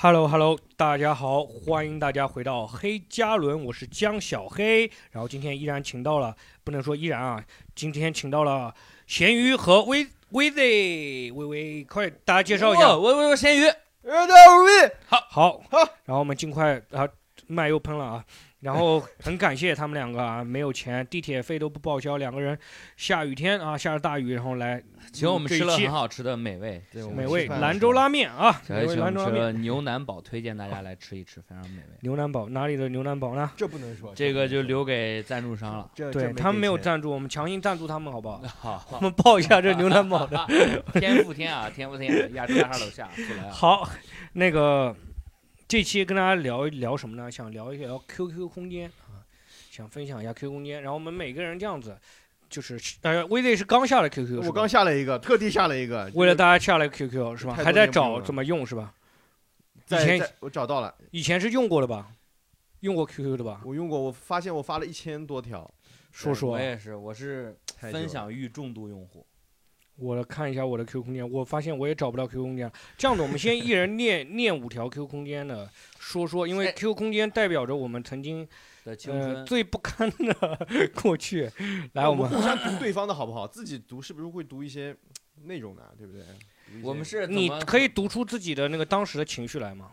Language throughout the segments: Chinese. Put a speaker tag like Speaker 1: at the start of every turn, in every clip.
Speaker 1: Hello Hello，大家好，欢迎大家回到黑加仑，我是江小黑。然后今天依然请到了，不能说依然啊，今天请到了咸鱼和微微 Z 微微，快大家介绍一下。
Speaker 2: 我我我咸鱼，
Speaker 3: 呃，大家喂，
Speaker 1: 好，好，然后我们尽快啊，麦又喷了啊。然后很感谢他们两个啊， 没有钱，地铁费都不报销，两个人下雨天啊，下着大雨，然后来
Speaker 2: 请我们
Speaker 1: 这一
Speaker 2: 吃了
Speaker 1: 期
Speaker 2: 很好吃的美味，对我们
Speaker 1: 美
Speaker 2: 吃
Speaker 1: 味
Speaker 3: 饭
Speaker 2: 饭
Speaker 3: 的
Speaker 1: 兰
Speaker 2: 时
Speaker 1: 州
Speaker 2: 候，
Speaker 1: 拉面啊，
Speaker 2: 小
Speaker 1: 美
Speaker 2: 黑
Speaker 1: 味
Speaker 2: 请我
Speaker 1: 兰
Speaker 2: 们
Speaker 1: 州拉
Speaker 2: 吃
Speaker 1: 面。
Speaker 2: 了牛腩堡，推荐大家来吃一吃，非常美味。
Speaker 1: 牛腩堡哪里的牛腩堡呢？
Speaker 3: 这不能说，
Speaker 2: 这个就
Speaker 3: 留，
Speaker 2: 留给赞助商了。
Speaker 3: 这
Speaker 1: 对他们没有
Speaker 3: 占，
Speaker 1: 赞助，我们强行赞助他们好不好？我
Speaker 2: 好，
Speaker 1: 们报一下这 牛腩堡的。
Speaker 2: 天赋天啊， 天赋天，亚洲大厦楼下，不来啊。
Speaker 1: 好，那个这期跟大家聊一聊什么呢？想聊一聊 QQ 空间啊，想分享一下 QQ 空间。然后我们每个人这样子，就是呃，威力是刚下了 QQ，是
Speaker 3: 我
Speaker 1: 吧
Speaker 3: 刚下了一个，特地下了一个，
Speaker 1: 为了大家下了 QQ 是吧？
Speaker 3: 太多
Speaker 1: 还在
Speaker 3: 年不用
Speaker 1: 找
Speaker 3: 了
Speaker 1: 怎么用是吧？以
Speaker 3: 在
Speaker 1: 前
Speaker 3: 在我找到了，
Speaker 1: 以前是用过的吧？用过 QQ 的吧？
Speaker 3: 我用过，我发现我发了一千多条，
Speaker 1: 说说
Speaker 2: 我，也是，我是
Speaker 3: 太久了
Speaker 2: 分享欲重度用户。
Speaker 1: 我看一下我的 QQ 空间，我发现我也找不到 QQ 空间了。这样子，我们先一人念 念五条 QQ 空间的说说，因为
Speaker 2: 哎
Speaker 1: QQ 空间代表着我们曾经
Speaker 2: 的青
Speaker 1: 呃
Speaker 2: 春，
Speaker 1: 最不堪的过去。来，
Speaker 3: 我
Speaker 1: 我们
Speaker 3: 互相读对方的好不好？自己读是不是会读一些内容啊呢？对不对？读一些
Speaker 2: 我们是怎
Speaker 1: 你
Speaker 2: 么
Speaker 1: 可以读出自己的那个当时的情绪来吗？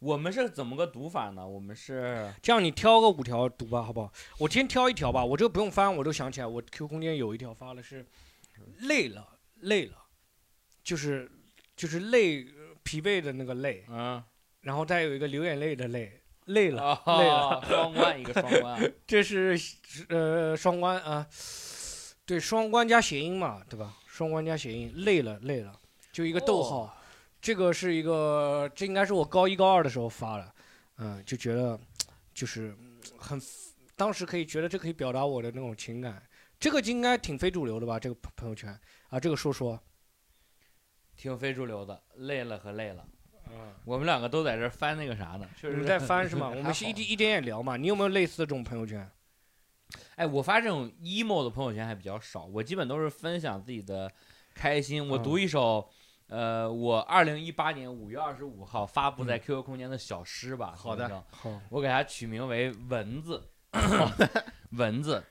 Speaker 2: 我们是怎么个读法呢？我们是
Speaker 1: 这样你挑个五条读吧，好不好？我先挑一条吧，我这个不用翻，我都想起来，我 Q 空间有一条发了是累了，累了，就是就是累呃疲惫的那个累，
Speaker 2: 嗯，
Speaker 1: 然后再有一个流眼泪的泪，累了，
Speaker 2: 啊，
Speaker 1: 累了
Speaker 2: 双关一个双关啊，
Speaker 1: 这是呃双关啊，对，双关加谐音嘛，对吧？双关加谐音，累了累了，就一个逗号。
Speaker 2: 哦
Speaker 1: 这个是一个，这应该是我高一高二的时候发的，嗯，就觉得就是嗯很，当时可以觉得这可以表达我的那种情感，这个就应该挺非主流的吧？这个朋朋友圈啊，这个说说，
Speaker 2: 挺非主流的，累了和累了。
Speaker 1: 嗯，
Speaker 2: 我们两个都在这儿翻那个啥呢？确
Speaker 1: 你
Speaker 2: 实
Speaker 1: 们在翻 是吗？我
Speaker 2: 还
Speaker 1: 们是一
Speaker 2: 好
Speaker 1: 点一点点聊嘛。你有没有类似的这种朋友圈？
Speaker 2: 哎，我发这种 emo 的朋友圈还比较少，我基本都是分享自己的开心。我
Speaker 1: 嗯
Speaker 2: 读一首，呃，我二零一八年五月二十五号发布在
Speaker 1: 嗯
Speaker 2: QQ 空间的小诗吧。
Speaker 3: 好的
Speaker 2: 文章，
Speaker 1: 好，
Speaker 2: 我给它取名为“蚊子”。 蚊子，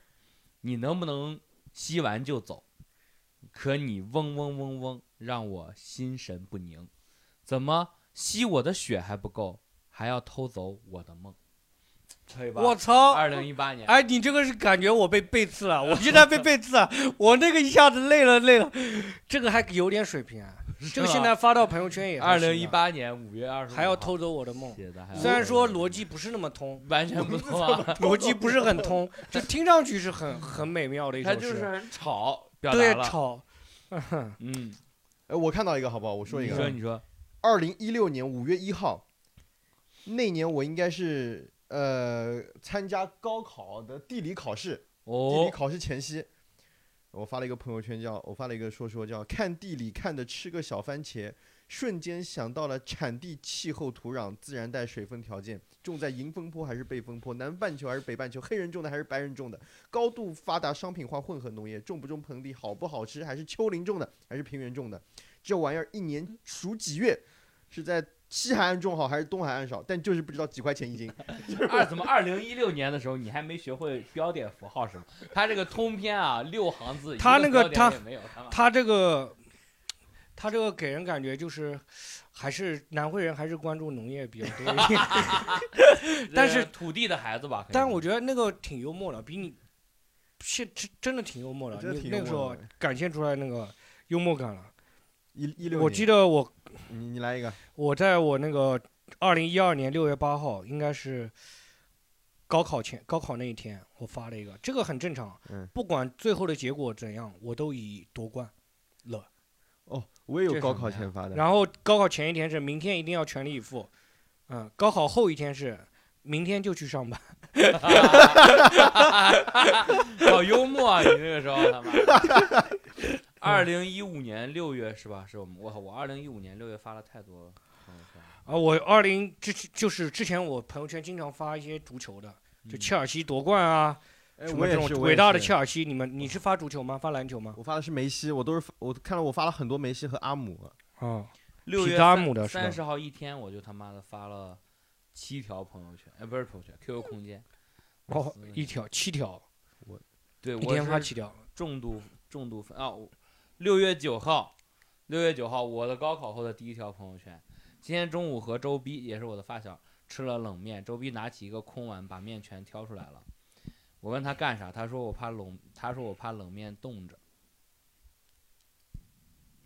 Speaker 2: 你能不能吸完就走？可你嗡嗡嗡嗡，让我心神不宁。怎么吸我的血还不够，还要偷走我的梦？可以吧？啊
Speaker 1: 我操！
Speaker 2: 二零一八年。
Speaker 1: 哎，你这个是感觉我被背刺了，我现在被背刺了，我那个一下子累了累了，这个还有点水平啊，这个
Speaker 2: 吗
Speaker 1: 现在发到朋友圈也还
Speaker 2: 二
Speaker 1: 行啊
Speaker 2: 零一八年五月二十，
Speaker 1: 还要偷走我的梦，
Speaker 2: 写的还要偷，
Speaker 1: 虽然说逻辑不是那么通，
Speaker 2: 完全不错啊，
Speaker 1: 逻辑不是很通，就听上去是很很美妙的 一
Speaker 2: 他
Speaker 1: 首
Speaker 2: 就
Speaker 1: 诗，
Speaker 2: 是很吵，表
Speaker 1: 对
Speaker 2: 达了，
Speaker 1: 吵，
Speaker 2: 嗯，
Speaker 3: 哎，我看到一个好不好？我说一
Speaker 2: 你
Speaker 3: 个
Speaker 2: 说，你 说，
Speaker 3: 二零一六年五月一号，那年我应该是呃参加高考的地理考试，地理
Speaker 2: 哦，
Speaker 3: 考试前夕，我发了一个朋友圈叫，我发了一个说说叫看地理看的吃个小番茄，瞬间想到了产地、气候、土壤、自然带、水分条件，种在迎风坡还是背风坡，南半球还是北半球，黑人种的还是白人种的，高度发达商品化混合农业，种不种盆地，好不好吃，还是丘陵种的，还是平原种的，这玩意儿一年数几月，是在西海岸种好还是东海岸少，但就是不知道几块钱一斤。
Speaker 2: 二怎么二零一六年的时候你还没学会标点符号是吗？他这个通篇啊六行字，
Speaker 1: 他
Speaker 2: 一
Speaker 1: 那个
Speaker 2: 标点也没有，他妈
Speaker 1: 他这个。他这个给人感觉就是，还是南汇人还是关注农业比较多一点，但是
Speaker 2: 这个土地的孩子吧，
Speaker 1: 但我觉 得那个挺幽默的，比你是真真的挺幽默的，
Speaker 3: 真的
Speaker 1: 你
Speaker 3: 挺
Speaker 1: 那
Speaker 3: 幽
Speaker 1: 个时
Speaker 3: 默
Speaker 1: 候
Speaker 3: 的
Speaker 1: 展现出来那个幽默感了。
Speaker 3: 一一六年，
Speaker 1: 我记得我
Speaker 3: 你你来一个，
Speaker 1: 我在我那个二零一二年六月八号，应该是高考前高考那一天，我发了一个，这个很正常，
Speaker 3: 嗯
Speaker 1: 不管最后的结果怎样，我都以夺冠。
Speaker 3: 哦，我也
Speaker 2: 这
Speaker 3: 有
Speaker 2: 是什
Speaker 3: 高
Speaker 2: 么
Speaker 3: 考
Speaker 2: 呀
Speaker 3: 前发的。
Speaker 1: 然后高考前一天是明天一定要全力以赴，嗯，高考后一天是明天就去上班。
Speaker 2: 好幽默啊！你那个时候他 妈的。二零一五年六月是吧？是我们我我二零一五年六月发了太多朋友圈了，
Speaker 1: 啊，我二零之就是之前我朋友圈经常发一些足球的，
Speaker 2: 嗯
Speaker 1: 就切尔西夺冠啊，
Speaker 3: 哎
Speaker 1: 什
Speaker 3: 我
Speaker 1: 么这
Speaker 3: 也是
Speaker 1: 种
Speaker 3: 我
Speaker 1: 伟
Speaker 3: 也
Speaker 1: 大的
Speaker 3: 是
Speaker 1: 切尔西，你们你是发足球吗？发篮球吗？
Speaker 3: 我发的是梅西，我都是发我看到我发了很多梅西和阿姆，
Speaker 1: 啊，
Speaker 2: 六
Speaker 1: 皮
Speaker 2: 月
Speaker 1: 扎姆的是吧
Speaker 2: 三十号一天，我就他妈的发了七条朋友圈，哎，不是朋友圈，QQ 空间。
Speaker 1: 哦
Speaker 2: 嗯，
Speaker 1: 一条七条，
Speaker 2: 对，
Speaker 1: 一
Speaker 2: 我
Speaker 1: 天发
Speaker 2: 是
Speaker 1: 七条，
Speaker 2: 重度重度分啊，六月九号，六月九号我的高考后的第一条朋友圈，今天中午和周逼也是我的发小吃了冷面，周逼拿起一个空碗把面全挑出来了，我问他干啥，他说我怕冷，他说我怕冷面冻着，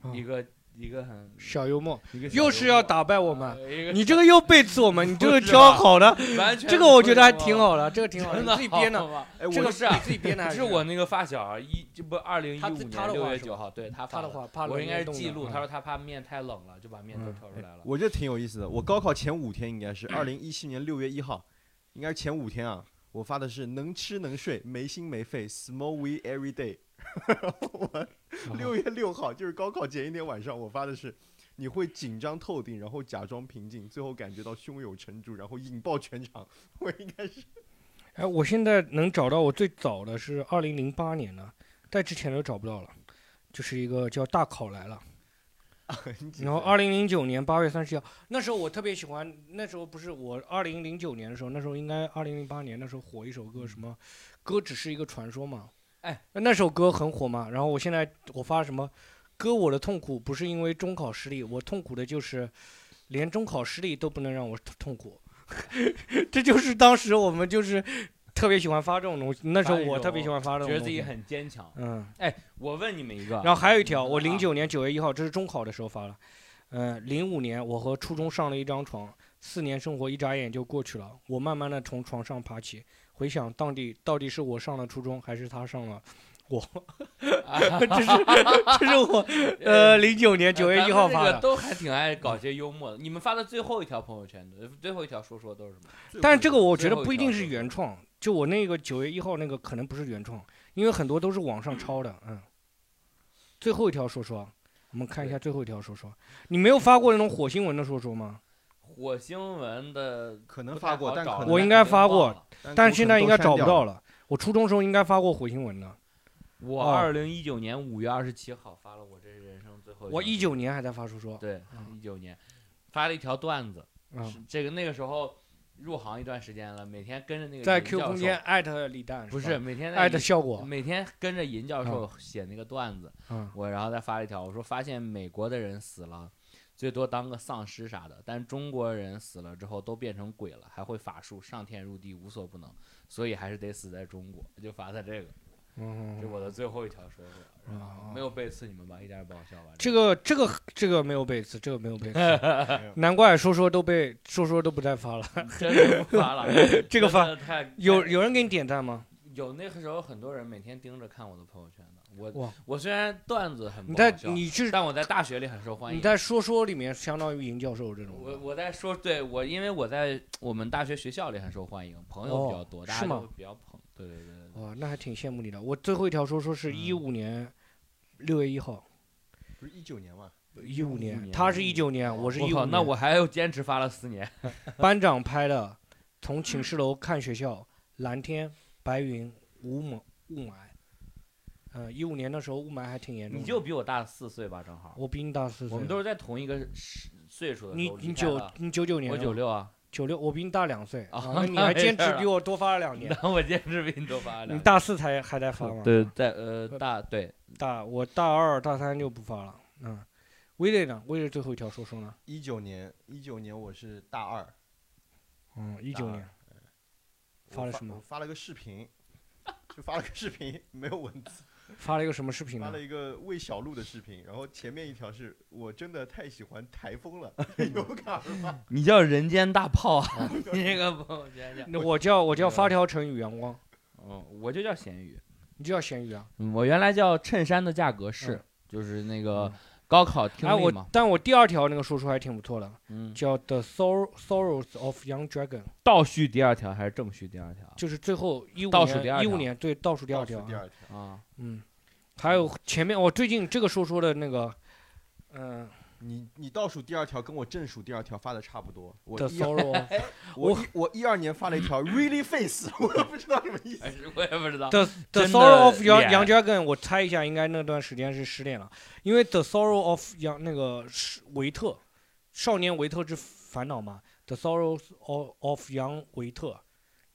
Speaker 1: 哦
Speaker 2: 一个一个很
Speaker 1: 小幽默，
Speaker 2: 一个小
Speaker 1: 又是
Speaker 2: 幽
Speaker 1: 要
Speaker 2: 默
Speaker 1: 打败我 们。
Speaker 2: 呃一个
Speaker 1: 你这个又背刺我们，你这个
Speaker 2: 不是
Speaker 1: 挑
Speaker 2: 吧
Speaker 1: 好 的，
Speaker 2: 完全
Speaker 1: 这个我觉得还
Speaker 2: 不
Speaker 1: 挺好的，这个挺好的，你
Speaker 2: 真的
Speaker 1: 自己编的，
Speaker 2: 好吧
Speaker 3: 哎，
Speaker 1: 这
Speaker 3: 我
Speaker 1: 个
Speaker 2: 不是啊
Speaker 1: 你自己编的还
Speaker 2: 是我那个发小啊一这不二零一
Speaker 1: 他
Speaker 2: 五
Speaker 1: 自他
Speaker 2: 年
Speaker 1: 的
Speaker 2: 六
Speaker 1: 话
Speaker 2: 月
Speaker 1: 是嗯
Speaker 2: 九号，对他
Speaker 1: 他
Speaker 2: 发
Speaker 1: 的话，怕
Speaker 2: 我
Speaker 1: 冷
Speaker 2: 应该是
Speaker 1: 冻
Speaker 2: 记
Speaker 1: 的
Speaker 2: 录，
Speaker 1: 嗯
Speaker 2: 他说他怕面太冷了，就把面都
Speaker 1: 嗯
Speaker 2: 挑出
Speaker 3: 哎
Speaker 2: 来了。
Speaker 3: 我这挺有意思的。我高考前五天应该是二零一七年六月一号，应该是前五天啊。我发的是能吃能睡，没心没肺，small we every day。我六月六号就是高考前一天晚上，我发的是你会紧张透顶，然后假装平静，最后感觉到胸有成竹，然后引爆全 场。我应该是
Speaker 1: 哎，我现在能找到我最早的是二零零八年的，在之前都找不到了，就是一个叫《大考来了》，然后二零零九年八月三十一号，那时候我特别喜欢，那时候不是我二零零九年的时候，那时候应该二零零八年那时候火一首歌什么，歌只是一个传说嘛，
Speaker 2: 嗯哎，
Speaker 1: 那首歌很火嘛，然后我现在我发什么，歌我的痛苦不是因为中考失利，我痛苦的就是连中考失利都不能让我痛苦， 这就是当时我们就是特别喜欢发这种东西，那时候
Speaker 2: 发一
Speaker 1: 我
Speaker 2: 种
Speaker 1: 特别喜欢发这种
Speaker 2: 觉
Speaker 1: 东西，
Speaker 2: 得自己很坚强。
Speaker 1: 嗯。
Speaker 2: 我问你们一个，
Speaker 1: 然后还有一条，我
Speaker 2: 啊
Speaker 1: 零九年九月一号，这是中考的时候发了。嗯，零五年我和初中上了一张床，四年生活一眨眼就过去了。我慢慢的从床上爬起，回想到底到底是我上了初中，还是他上了 我？ 这是 这是我 呃零九年九月一号
Speaker 2: 咱
Speaker 1: 发
Speaker 2: 们这个
Speaker 1: 的。
Speaker 2: 都还挺爱搞些幽默的。你们发的最后一条朋友圈的最后一条说说都是什么？
Speaker 1: 但是这个我觉
Speaker 2: 最
Speaker 1: 得
Speaker 2: 后一
Speaker 1: 不一
Speaker 2: 条
Speaker 1: 定
Speaker 2: 是
Speaker 1: 是
Speaker 2: 吧
Speaker 1: 原创，就我那个九月一号那个可能不是原创，因为很多都是网上抄的。嗯，最后一条说说，我们看一下最后一条说说，你没有发过那种火星文的说说吗？
Speaker 2: 火星文的
Speaker 3: 可能发过，
Speaker 2: 不太
Speaker 3: 但
Speaker 2: 好找
Speaker 3: 可能
Speaker 1: 我应该发过
Speaker 2: 忘了
Speaker 1: 但是现在应该找不到
Speaker 3: 了。
Speaker 1: 了。我初中时候应该发过火星文的，
Speaker 2: 我
Speaker 1: 哦
Speaker 2: 二零一九年五月二十七号发了我这人生最后条
Speaker 1: 我一九年还在发说说，
Speaker 2: 对
Speaker 1: 嗯
Speaker 2: 一九年发了一条段子，
Speaker 1: 啊
Speaker 2: 是，这个那个时候入行一段时间了，每天跟着那个
Speaker 1: 在
Speaker 2: 尹
Speaker 1: Q
Speaker 2: 教
Speaker 1: 空
Speaker 2: 授
Speaker 1: 间艾特李诞，
Speaker 2: 不
Speaker 1: 吧
Speaker 2: 是每天在
Speaker 1: 艾特
Speaker 2: 尹
Speaker 1: 效果，
Speaker 2: 每天跟着尹教授写那个段子，
Speaker 1: 嗯，
Speaker 2: 我然后再发了一条，我说发现美国的人死了，最多当个丧尸啥的，但中国人死了之后都变成鬼了，还会法术，上天入地无所不能，所以还是得死在中国。就发他这个，这是
Speaker 1: 嗯，
Speaker 2: 我的最后一条说说，然后没有背刺你们吧，一点也不好笑吧？
Speaker 1: 这个这个这个没有被刺，这个没有被刺，
Speaker 3: 没有
Speaker 1: 难怪说说都被说说都不再发了。
Speaker 2: 个 真的发了，
Speaker 1: 这个发
Speaker 2: 真的太哎
Speaker 1: 有有人给你点赞吗？
Speaker 2: 有那个时候很多人每天盯着看我的朋友圈的，
Speaker 1: 哇
Speaker 2: 我我虽然段子很
Speaker 1: 你
Speaker 2: 不
Speaker 1: 在
Speaker 2: 好笑，
Speaker 1: 你是
Speaker 2: 但我在大学里很受欢迎
Speaker 1: 你。在说说里面相当于银教授这种
Speaker 2: 我
Speaker 1: 的，
Speaker 2: 我在说，对我，因为我在我们大学学校里很受欢迎，朋友比较多，
Speaker 1: 哦
Speaker 2: 大
Speaker 1: 是
Speaker 2: 家
Speaker 1: 吗
Speaker 2: 都比较捧。对对对对对，
Speaker 1: 哇，那还挺羡慕你的。我最后一条说说是
Speaker 2: 嗯
Speaker 1: 一五年六月一号，
Speaker 3: 不是一九年嘛？
Speaker 1: 一五年，
Speaker 2: 年
Speaker 1: 他是一九年，我是
Speaker 2: 我
Speaker 1: 一五
Speaker 2: 靠，
Speaker 1: 年，
Speaker 2: 那我还要坚持发了四年。
Speaker 1: 班长拍的《从寝室楼看学校》，蓝天、白云、无霾、雾霾。呃，一五年的时候雾霾还挺严重的。
Speaker 2: 你就比我大四岁吧，正好，
Speaker 1: 嗯我比你大四岁，
Speaker 2: 我们都是在同一个时岁数的
Speaker 1: 你
Speaker 2: 时候离
Speaker 1: 你
Speaker 2: 开
Speaker 1: 九
Speaker 2: 了
Speaker 1: 你九九年
Speaker 2: 我
Speaker 1: 的
Speaker 2: 九六啊，
Speaker 1: 九六，我比你大两岁
Speaker 2: 啊
Speaker 1: 那你
Speaker 2: 那
Speaker 1: 还
Speaker 2: 没
Speaker 1: 坚
Speaker 2: 事儿
Speaker 1: 持
Speaker 2: 了
Speaker 1: 比我多发了两年。
Speaker 2: 那我坚持比你多发了
Speaker 1: 你
Speaker 2: 两年。
Speaker 1: 大四才还在发吗？
Speaker 2: 对，在呃大对
Speaker 1: 大我大二大三就不发了。嗯，威磊呢？威磊最后一条说说呢？
Speaker 3: 一九年，一九年我是大二，
Speaker 1: 嗯，一九年
Speaker 3: 我
Speaker 1: 发了什么
Speaker 3: 我发了个视频，就发了个视频， 没有文字。
Speaker 1: 发了一个什么视频
Speaker 3: 发
Speaker 1: 呢
Speaker 3: 了？一个喂小鹿的视频，然后前面一条是我真的太喜欢台 风了， 有感而发。
Speaker 2: 你叫人间大炮啊， 你这个朋友圈叫，
Speaker 1: 那我叫我叫
Speaker 2: 我
Speaker 1: 发条成语阳光，
Speaker 2: 嗯，我就叫咸鱼。
Speaker 1: 你就叫咸鱼啊？
Speaker 2: 嗯，我原来叫衬衫的价格是，就是那个
Speaker 1: 嗯
Speaker 2: 高考听
Speaker 1: 哎，
Speaker 2: 力
Speaker 1: 我
Speaker 2: 嘛，
Speaker 1: 但我第二条那个说出还挺不错的，
Speaker 2: 嗯，
Speaker 1: 叫《The Sor Sorrows of Young Dragon》，
Speaker 2: 倒序第二条还是正序第二条
Speaker 1: 就是最后一五
Speaker 2: 倒数第
Speaker 1: 年
Speaker 2: 二
Speaker 1: 一五
Speaker 2: 条
Speaker 1: 年对倒数第
Speaker 3: 第
Speaker 1: 二条
Speaker 3: 第
Speaker 1: 啊，
Speaker 3: 二条，
Speaker 2: 啊？
Speaker 1: 嗯，还有前面我最近这个说说的那个，嗯，
Speaker 3: 你你倒数第二条跟我正数第二条发的差不多。
Speaker 1: 《
Speaker 3: 我
Speaker 1: The
Speaker 3: 一二
Speaker 1: Sorrow of
Speaker 3: 我一我一二年发了一条 really face，我 都不知道什么意思。
Speaker 2: 哎，我也不知道
Speaker 1: The The
Speaker 2: 真的
Speaker 1: Sorrow of Young
Speaker 2: 脸
Speaker 1: Young Dragon》，我猜一下，应该那段时间是失恋了，因为《The Sorrow of Young》那个是维特少年维特之烦恼》嘛，《The Sorrows of of Young 维特》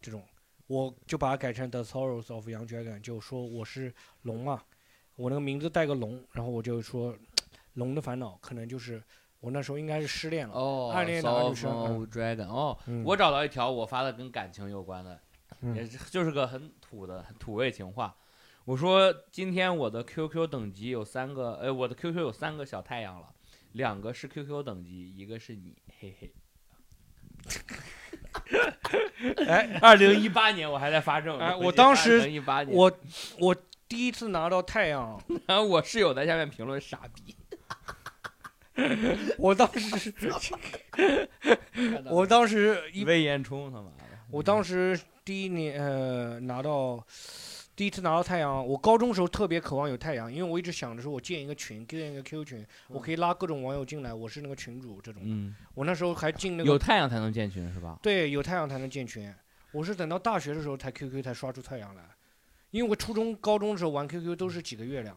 Speaker 1: 这种，我就把它改成《The Sorrows of Young Dragon》，就说我是龙嘛，我那个名字带个龙，然后我就说龙的烦恼可能就是我那时候应该是失恋了。
Speaker 2: 哦，
Speaker 1: 暗恋哪个女生
Speaker 2: Soul of Dragon 哦，
Speaker 1: 嗯
Speaker 2: 我找到一条我发的跟感情有关的，
Speaker 1: 嗯
Speaker 2: 也是就是个很土的很土味情话。我说今天我的 QQ 等级有三个，呃，我的 QQ 有三个小太阳了，两个是 QQ 等级，一个是你，嘿嘿。
Speaker 1: 哎，
Speaker 2: 二零一八年我还在发这种东西，
Speaker 1: 哎我当时
Speaker 2: 二零一八年，
Speaker 1: 我我第一次拿到太阳，
Speaker 2: 然后 我室友在下面评论傻逼，
Speaker 1: 我当 时
Speaker 2: 看到
Speaker 1: 我当时一
Speaker 2: 魏延冲他妈的，
Speaker 1: 我当时第一年呃拿到第一次拿到太阳，我高中时候特别渴望有太阳，因为我一直想着说我建一个群，建一个 QQ 群，我可以拉各种网友进来，我是那个群主这种。
Speaker 2: 嗯，
Speaker 1: 我那时候还进那
Speaker 2: 有
Speaker 1: 个
Speaker 2: 太阳才能建群是吧？
Speaker 1: 对有太阳才能建群，我是等到大学的时候才 QQ 才刷出太阳来，因为我初中高中的时候玩 QQ 都是几个月亮。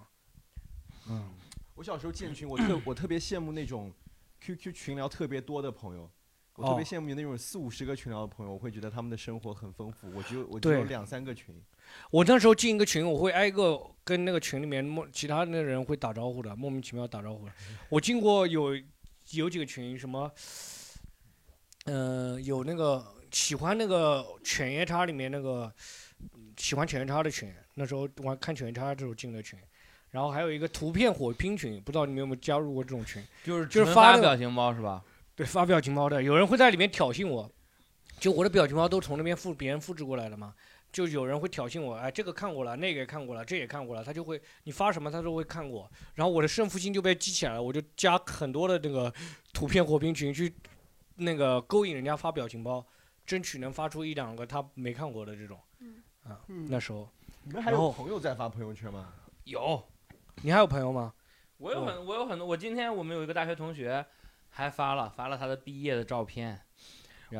Speaker 1: 嗯，
Speaker 3: 我小时候建群，我特我特别羡慕那种 QQ 群聊特别多的朋友，我特别
Speaker 1: 哦
Speaker 3: 羡慕那种四五十个群聊的朋友，我会觉得他们的生活很丰富。我只有我只有
Speaker 1: 对
Speaker 3: 两三个群，
Speaker 1: 我那时候进一个群，我会挨个跟那个群里面莫其他的人会打招呼的，莫名其妙打招呼的。我进过有有几个群，什么，嗯、有那个喜欢那个犬夜叉里面那个嗯喜欢犬夜叉的群，那时候玩看犬夜叉的时候进的群，然后还有一个图片火拼群，不知道你们有没有加入过这种群？
Speaker 2: 就是
Speaker 1: 就是
Speaker 2: 纯
Speaker 1: 发那个
Speaker 2: 表情包是吧？
Speaker 1: 对，发表情包的，有人会在里面挑衅我，就我的表情包都从那边复别人复制过来的嘛，就有人会挑衅我，哎，这个看过了，那个也看过了，这也看过了，他就会你发什么他都会看过，然后我的胜负心就被激起来了，我就加很多的这个图片火拼群去那个勾引人家发表情包，争取能发出一两个他没看过的这种，
Speaker 4: 嗯
Speaker 1: 啊，
Speaker 3: 嗯
Speaker 1: 那时候
Speaker 3: 你们还
Speaker 1: 然
Speaker 3: 有
Speaker 1: 后
Speaker 3: 朋友在发朋友圈吗？
Speaker 2: 有，
Speaker 1: 你还有朋友吗？
Speaker 2: 我有很我有很多，我今天我们有一个大学同学还发了发了他的毕业的照片，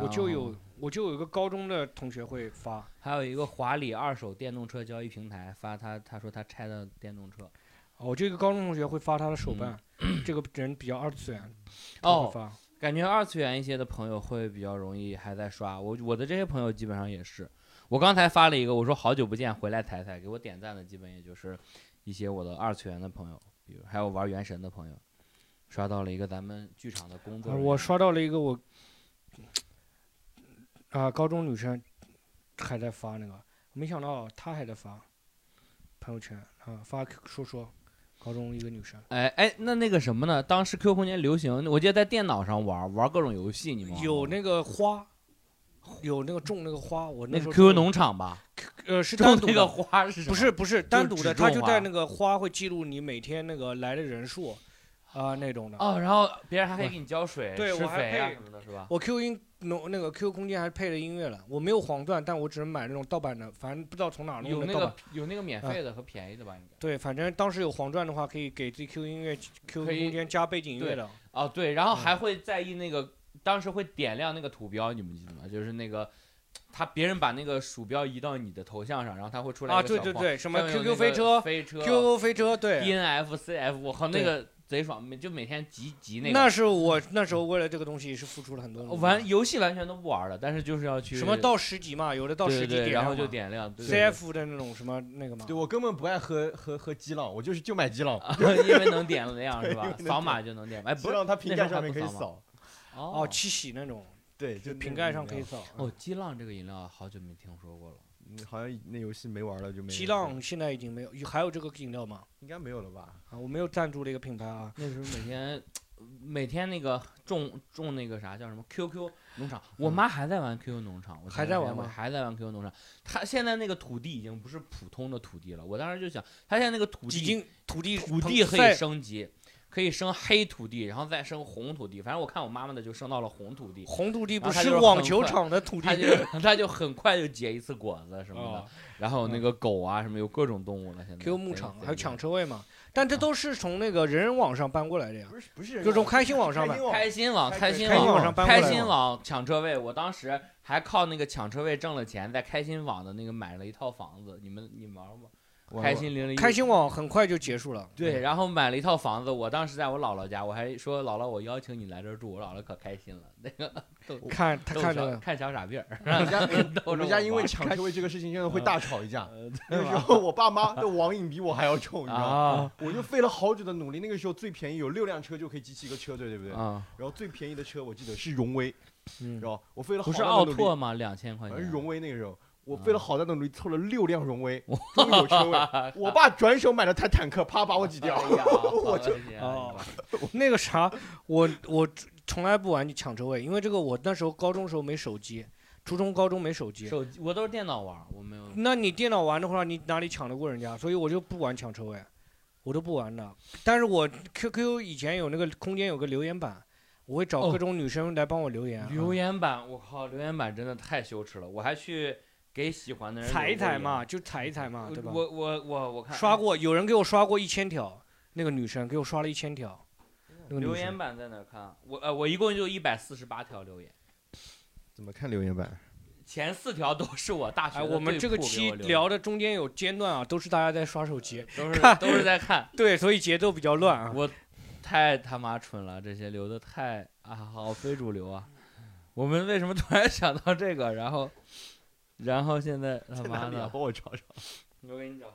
Speaker 1: 我就有
Speaker 2: 然后
Speaker 1: 我就有一个高中的同学会发，
Speaker 2: 还有一个华里二手电动车交易平台发他他说他拆的电动车
Speaker 1: 哦我就有一个高中同学会发他的手
Speaker 2: 嗯
Speaker 1: 办，这个人比较二啊次元。他会
Speaker 2: 哦，
Speaker 1: 发
Speaker 2: 感觉二次元一些的朋友会比较容易还在刷我我的这些朋友基本上也是，我刚才发了一个我说好久不见回来抬抬给我点赞的基本也就是一些我的二次元的朋友，比如还有玩原神的朋友，刷到了一个咱们剧场的工作
Speaker 1: 啊
Speaker 2: 人员，
Speaker 1: 我刷到了一个我啊、高中女生还在发那个，没想到她还在发朋友圈啊，发说说高中一个女生
Speaker 2: 哎哎，那那个什么呢？当时 QQ 空间流行，我记得在电脑上玩玩各种游戏，你们玩
Speaker 1: 有
Speaker 2: 过吗
Speaker 1: 那个花，有那个种那个花，我
Speaker 2: 那
Speaker 1: 时
Speaker 2: 个
Speaker 1: 候
Speaker 2: QQ 农场吧？
Speaker 1: 呃是单
Speaker 2: 种
Speaker 1: 独
Speaker 2: 那个
Speaker 1: 的，
Speaker 2: 花是什么？
Speaker 1: 不是不是单独
Speaker 2: 只
Speaker 1: 的，它
Speaker 2: 种
Speaker 1: 就在
Speaker 2: 花
Speaker 1: 那个花会记录你每天那个来的人数啊、那种的。
Speaker 2: 哦，然后别人还可以给你浇水、
Speaker 1: 对
Speaker 2: 施
Speaker 1: 我还
Speaker 2: 肥啊
Speaker 1: 配
Speaker 2: 什么的，是吧？
Speaker 1: 我 Q 音农那个 Q 空间还配了音乐了，我没有黄钻，但我只能买那种盗版的，反正不知道从哪弄
Speaker 2: 有
Speaker 1: 的
Speaker 2: 那
Speaker 1: 盗版
Speaker 2: 个。有那个免费的和便宜的吧？应该
Speaker 1: 对，反正当时有黄钻的话，可以给 ZQ 音乐 QQ
Speaker 2: 可以
Speaker 1: 空间加背景音乐
Speaker 2: 对
Speaker 1: 的。
Speaker 2: 哦，对，然后
Speaker 1: 嗯
Speaker 2: 还会在意那个，当时会点亮那个图标，你们记得吗？就是那个他别人把那个鼠标移到你的头像上，然后它会出来
Speaker 1: 啊，
Speaker 2: 一个
Speaker 1: 对
Speaker 2: 小
Speaker 1: 对
Speaker 2: 框
Speaker 1: 对，什么
Speaker 2: 上面有
Speaker 1: QQ
Speaker 2: 那
Speaker 1: 飞
Speaker 2: 个
Speaker 1: 车、
Speaker 2: 飞车、
Speaker 1: QQ 飞车，对，
Speaker 2: DNF、CF，我靠，那
Speaker 1: 对
Speaker 2: 个贼爽，每就每天集集那个。
Speaker 1: 那是我那时候为了这个东西是付出了很多努力的。
Speaker 2: 玩游戏完全都不玩了，但是就是要去
Speaker 1: 什么到十级嘛，有的到
Speaker 2: 对
Speaker 1: 十
Speaker 2: 对
Speaker 1: 级
Speaker 2: 对，
Speaker 1: 点
Speaker 2: 然后
Speaker 1: 亮
Speaker 2: 就
Speaker 1: 嘛
Speaker 2: 点亮对
Speaker 1: CF 的那种什么那
Speaker 2: 啊
Speaker 1: 个嘛
Speaker 3: 对，我根本不爱喝喝喝基佬，我就是就买基佬，
Speaker 2: 对对 因为能点亮 是吧
Speaker 3: 因为？能
Speaker 2: 扫码就能点，哎，
Speaker 3: 基
Speaker 2: 啊不是
Speaker 3: 佬它瓶
Speaker 2: 那时候
Speaker 3: 盖上
Speaker 2: 还
Speaker 3: 面
Speaker 2: 不
Speaker 3: 可以
Speaker 2: 扫吗
Speaker 3: 扫。
Speaker 1: 哦，
Speaker 2: 哦
Speaker 1: 七喜那种，
Speaker 3: 对，就那
Speaker 1: 瓶
Speaker 3: 种
Speaker 1: 盖
Speaker 3: 饮
Speaker 1: 上可以
Speaker 3: 料。
Speaker 1: 扫。
Speaker 2: 哦，激浪这个饮料好久没听说过了，
Speaker 3: 嗯好像那游戏没玩了就没。
Speaker 1: 激浪现在已经没有，有还有这个饮料吗？
Speaker 3: 应该没有了吧？
Speaker 1: 啊，我没有赞助这个品牌啊。
Speaker 2: 那时候每天每天那个种种那个啥叫什么 QQ 农场，
Speaker 3: 嗯
Speaker 2: 我妈还在玩 QQ 农场，我前
Speaker 1: 嗯还在
Speaker 2: 两
Speaker 1: 玩
Speaker 2: 天我
Speaker 1: 吗
Speaker 2: 还在玩 QQ 农场，她现在那个土地已经不是普通的土地了，我当时就想，她现在那个土
Speaker 1: 几
Speaker 2: 地
Speaker 1: 斤土地
Speaker 2: 土
Speaker 1: 棚
Speaker 2: 地可以
Speaker 1: 赛
Speaker 2: 升级，可以升黑土地，然后再升红土地。反正我看我妈妈的就升到了红土地，
Speaker 1: 红土地
Speaker 2: 然
Speaker 1: 不
Speaker 2: 后它就是是
Speaker 1: 网
Speaker 2: 很
Speaker 1: 球
Speaker 2: 快
Speaker 1: 场的土地
Speaker 2: 她就她就很快就结一次果子什么
Speaker 1: 哦
Speaker 2: 的。然后
Speaker 3: 嗯
Speaker 2: 那个狗啊什么有各种动物了，现在
Speaker 1: Q 牧
Speaker 2: 贼
Speaker 1: 场
Speaker 2: 贼
Speaker 1: 还有
Speaker 2: 厉
Speaker 1: 抢
Speaker 2: 害
Speaker 1: 车位嘛，但这都是从那个人人网上搬过来的呀，
Speaker 3: 不是不是，
Speaker 1: 就从开心网上买
Speaker 3: 开心。网
Speaker 2: 开心网，
Speaker 3: 开
Speaker 2: 开
Speaker 3: 开
Speaker 2: 心
Speaker 1: 开心
Speaker 2: 网
Speaker 1: 网上搬过
Speaker 2: 开
Speaker 1: 来
Speaker 2: 心
Speaker 1: 嘛
Speaker 2: 网抢车位，我当时还靠那个抢车位挣了钱，在开心网的那个买了一套房子。你们你们玩过吗？
Speaker 3: 我
Speaker 2: 开心零零一。
Speaker 1: 开心网很快就结束了，
Speaker 2: 对，然后买了一套房子，我当时在我姥姥家，我还说姥姥，我邀请你来这儿住，我姥姥可开心了。那个逗
Speaker 1: 看他
Speaker 2: 逗
Speaker 1: 看
Speaker 2: 小
Speaker 1: 着
Speaker 2: 看小傻逼儿，
Speaker 3: 我们家我
Speaker 2: 我
Speaker 3: 们家因为
Speaker 2: 玩
Speaker 3: 抢车位这个事情真的会大吵一架。
Speaker 2: 呃
Speaker 3: 那个时候我爸妈的网瘾比我还要重，你知道吗？
Speaker 2: 啊
Speaker 3: 我就费了好久的努力，那个时候最便宜有六辆车就可以集齐一个车队，对不对？
Speaker 2: 啊，
Speaker 3: 然后最便宜的车我记得是荣威，
Speaker 1: 嗯
Speaker 3: 然，后我费了
Speaker 2: 不
Speaker 3: 好大
Speaker 2: 是
Speaker 3: 的
Speaker 2: 奥
Speaker 3: 努力
Speaker 2: 拓吗？两千块
Speaker 3: 反正
Speaker 2: 钱，
Speaker 3: 荣威那个时候，我
Speaker 2: 啊
Speaker 3: 费了好大的努力凑了六辆荣威，终于有车位。 我爸转手买了台坦克，啪把我挤掉。
Speaker 2: 哎呀
Speaker 3: 我就
Speaker 2: 好恶心啊
Speaker 1: 哦
Speaker 2: 你
Speaker 1: 那个啥，我我从来不玩抢车位，因为这个我那时候高中时候没手机，初中高中没手机。
Speaker 2: 手机嗯我都是电脑玩儿，我没有。
Speaker 1: 那你电脑玩的话，你哪里抢得过人家？所以我就不玩抢车位，我都不玩的。但是我 QQ 以前有那个空间有个留言板，我会找
Speaker 2: 哦
Speaker 1: 各种女生来帮我留言啊。
Speaker 2: 留言板，我靠，留言板真的太羞耻了，我还去给喜欢的人
Speaker 1: 踩一
Speaker 2: 留过
Speaker 1: 踩
Speaker 2: 言
Speaker 1: 嘛，就踩一踩嘛，对吧？
Speaker 2: 我我我我看
Speaker 1: 刷过，有人给我刷过一千条，那个女生给我刷了一千条。那个女
Speaker 2: 哦留
Speaker 1: 生
Speaker 2: 言板在哪儿看啊？我呃，我一共就一百四十八条留言，
Speaker 3: 怎么看留言板？
Speaker 2: 前四条都是我大学
Speaker 1: 哎，
Speaker 2: 的
Speaker 1: 我们
Speaker 2: 队
Speaker 1: 这个
Speaker 2: 库给
Speaker 1: 期
Speaker 2: 我留
Speaker 1: 聊的中间有间断啊，都是大家在刷手机
Speaker 2: 的，都是都是在 看，
Speaker 1: 对，所以节奏比较乱啊。
Speaker 2: 我太他妈蠢了，这些留的太啊，好非主流啊！我们为什么突然想到这个？然后，然后现在他
Speaker 3: 在
Speaker 2: 妈
Speaker 3: 哪 里啊？
Speaker 2: 的，
Speaker 3: 帮我找找。
Speaker 2: 我给你找。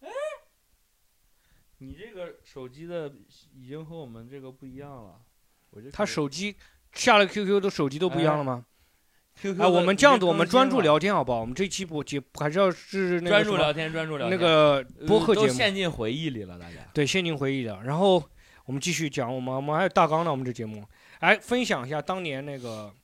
Speaker 2: 哎，嗯你这个手机的已经和我们这个不一样了。我这
Speaker 1: 他手机下了 QQ 的手机都不一样了吗？哎
Speaker 2: QQ
Speaker 1: 哎，我们这样子，我们专注聊天好不好？我们这期不节还是要是那个
Speaker 2: 专
Speaker 1: 什
Speaker 2: 注
Speaker 1: 么
Speaker 2: 聊天，专注聊
Speaker 1: 那
Speaker 2: 天。
Speaker 1: 个
Speaker 2: 呃
Speaker 1: 播客
Speaker 2: 都
Speaker 1: 节目，
Speaker 2: 陷进回忆里了，大家。
Speaker 1: 对，陷进回忆的。然后我们继续讲，我们我们还有大纲呢，我们这节目，哎，分享一下当年那个，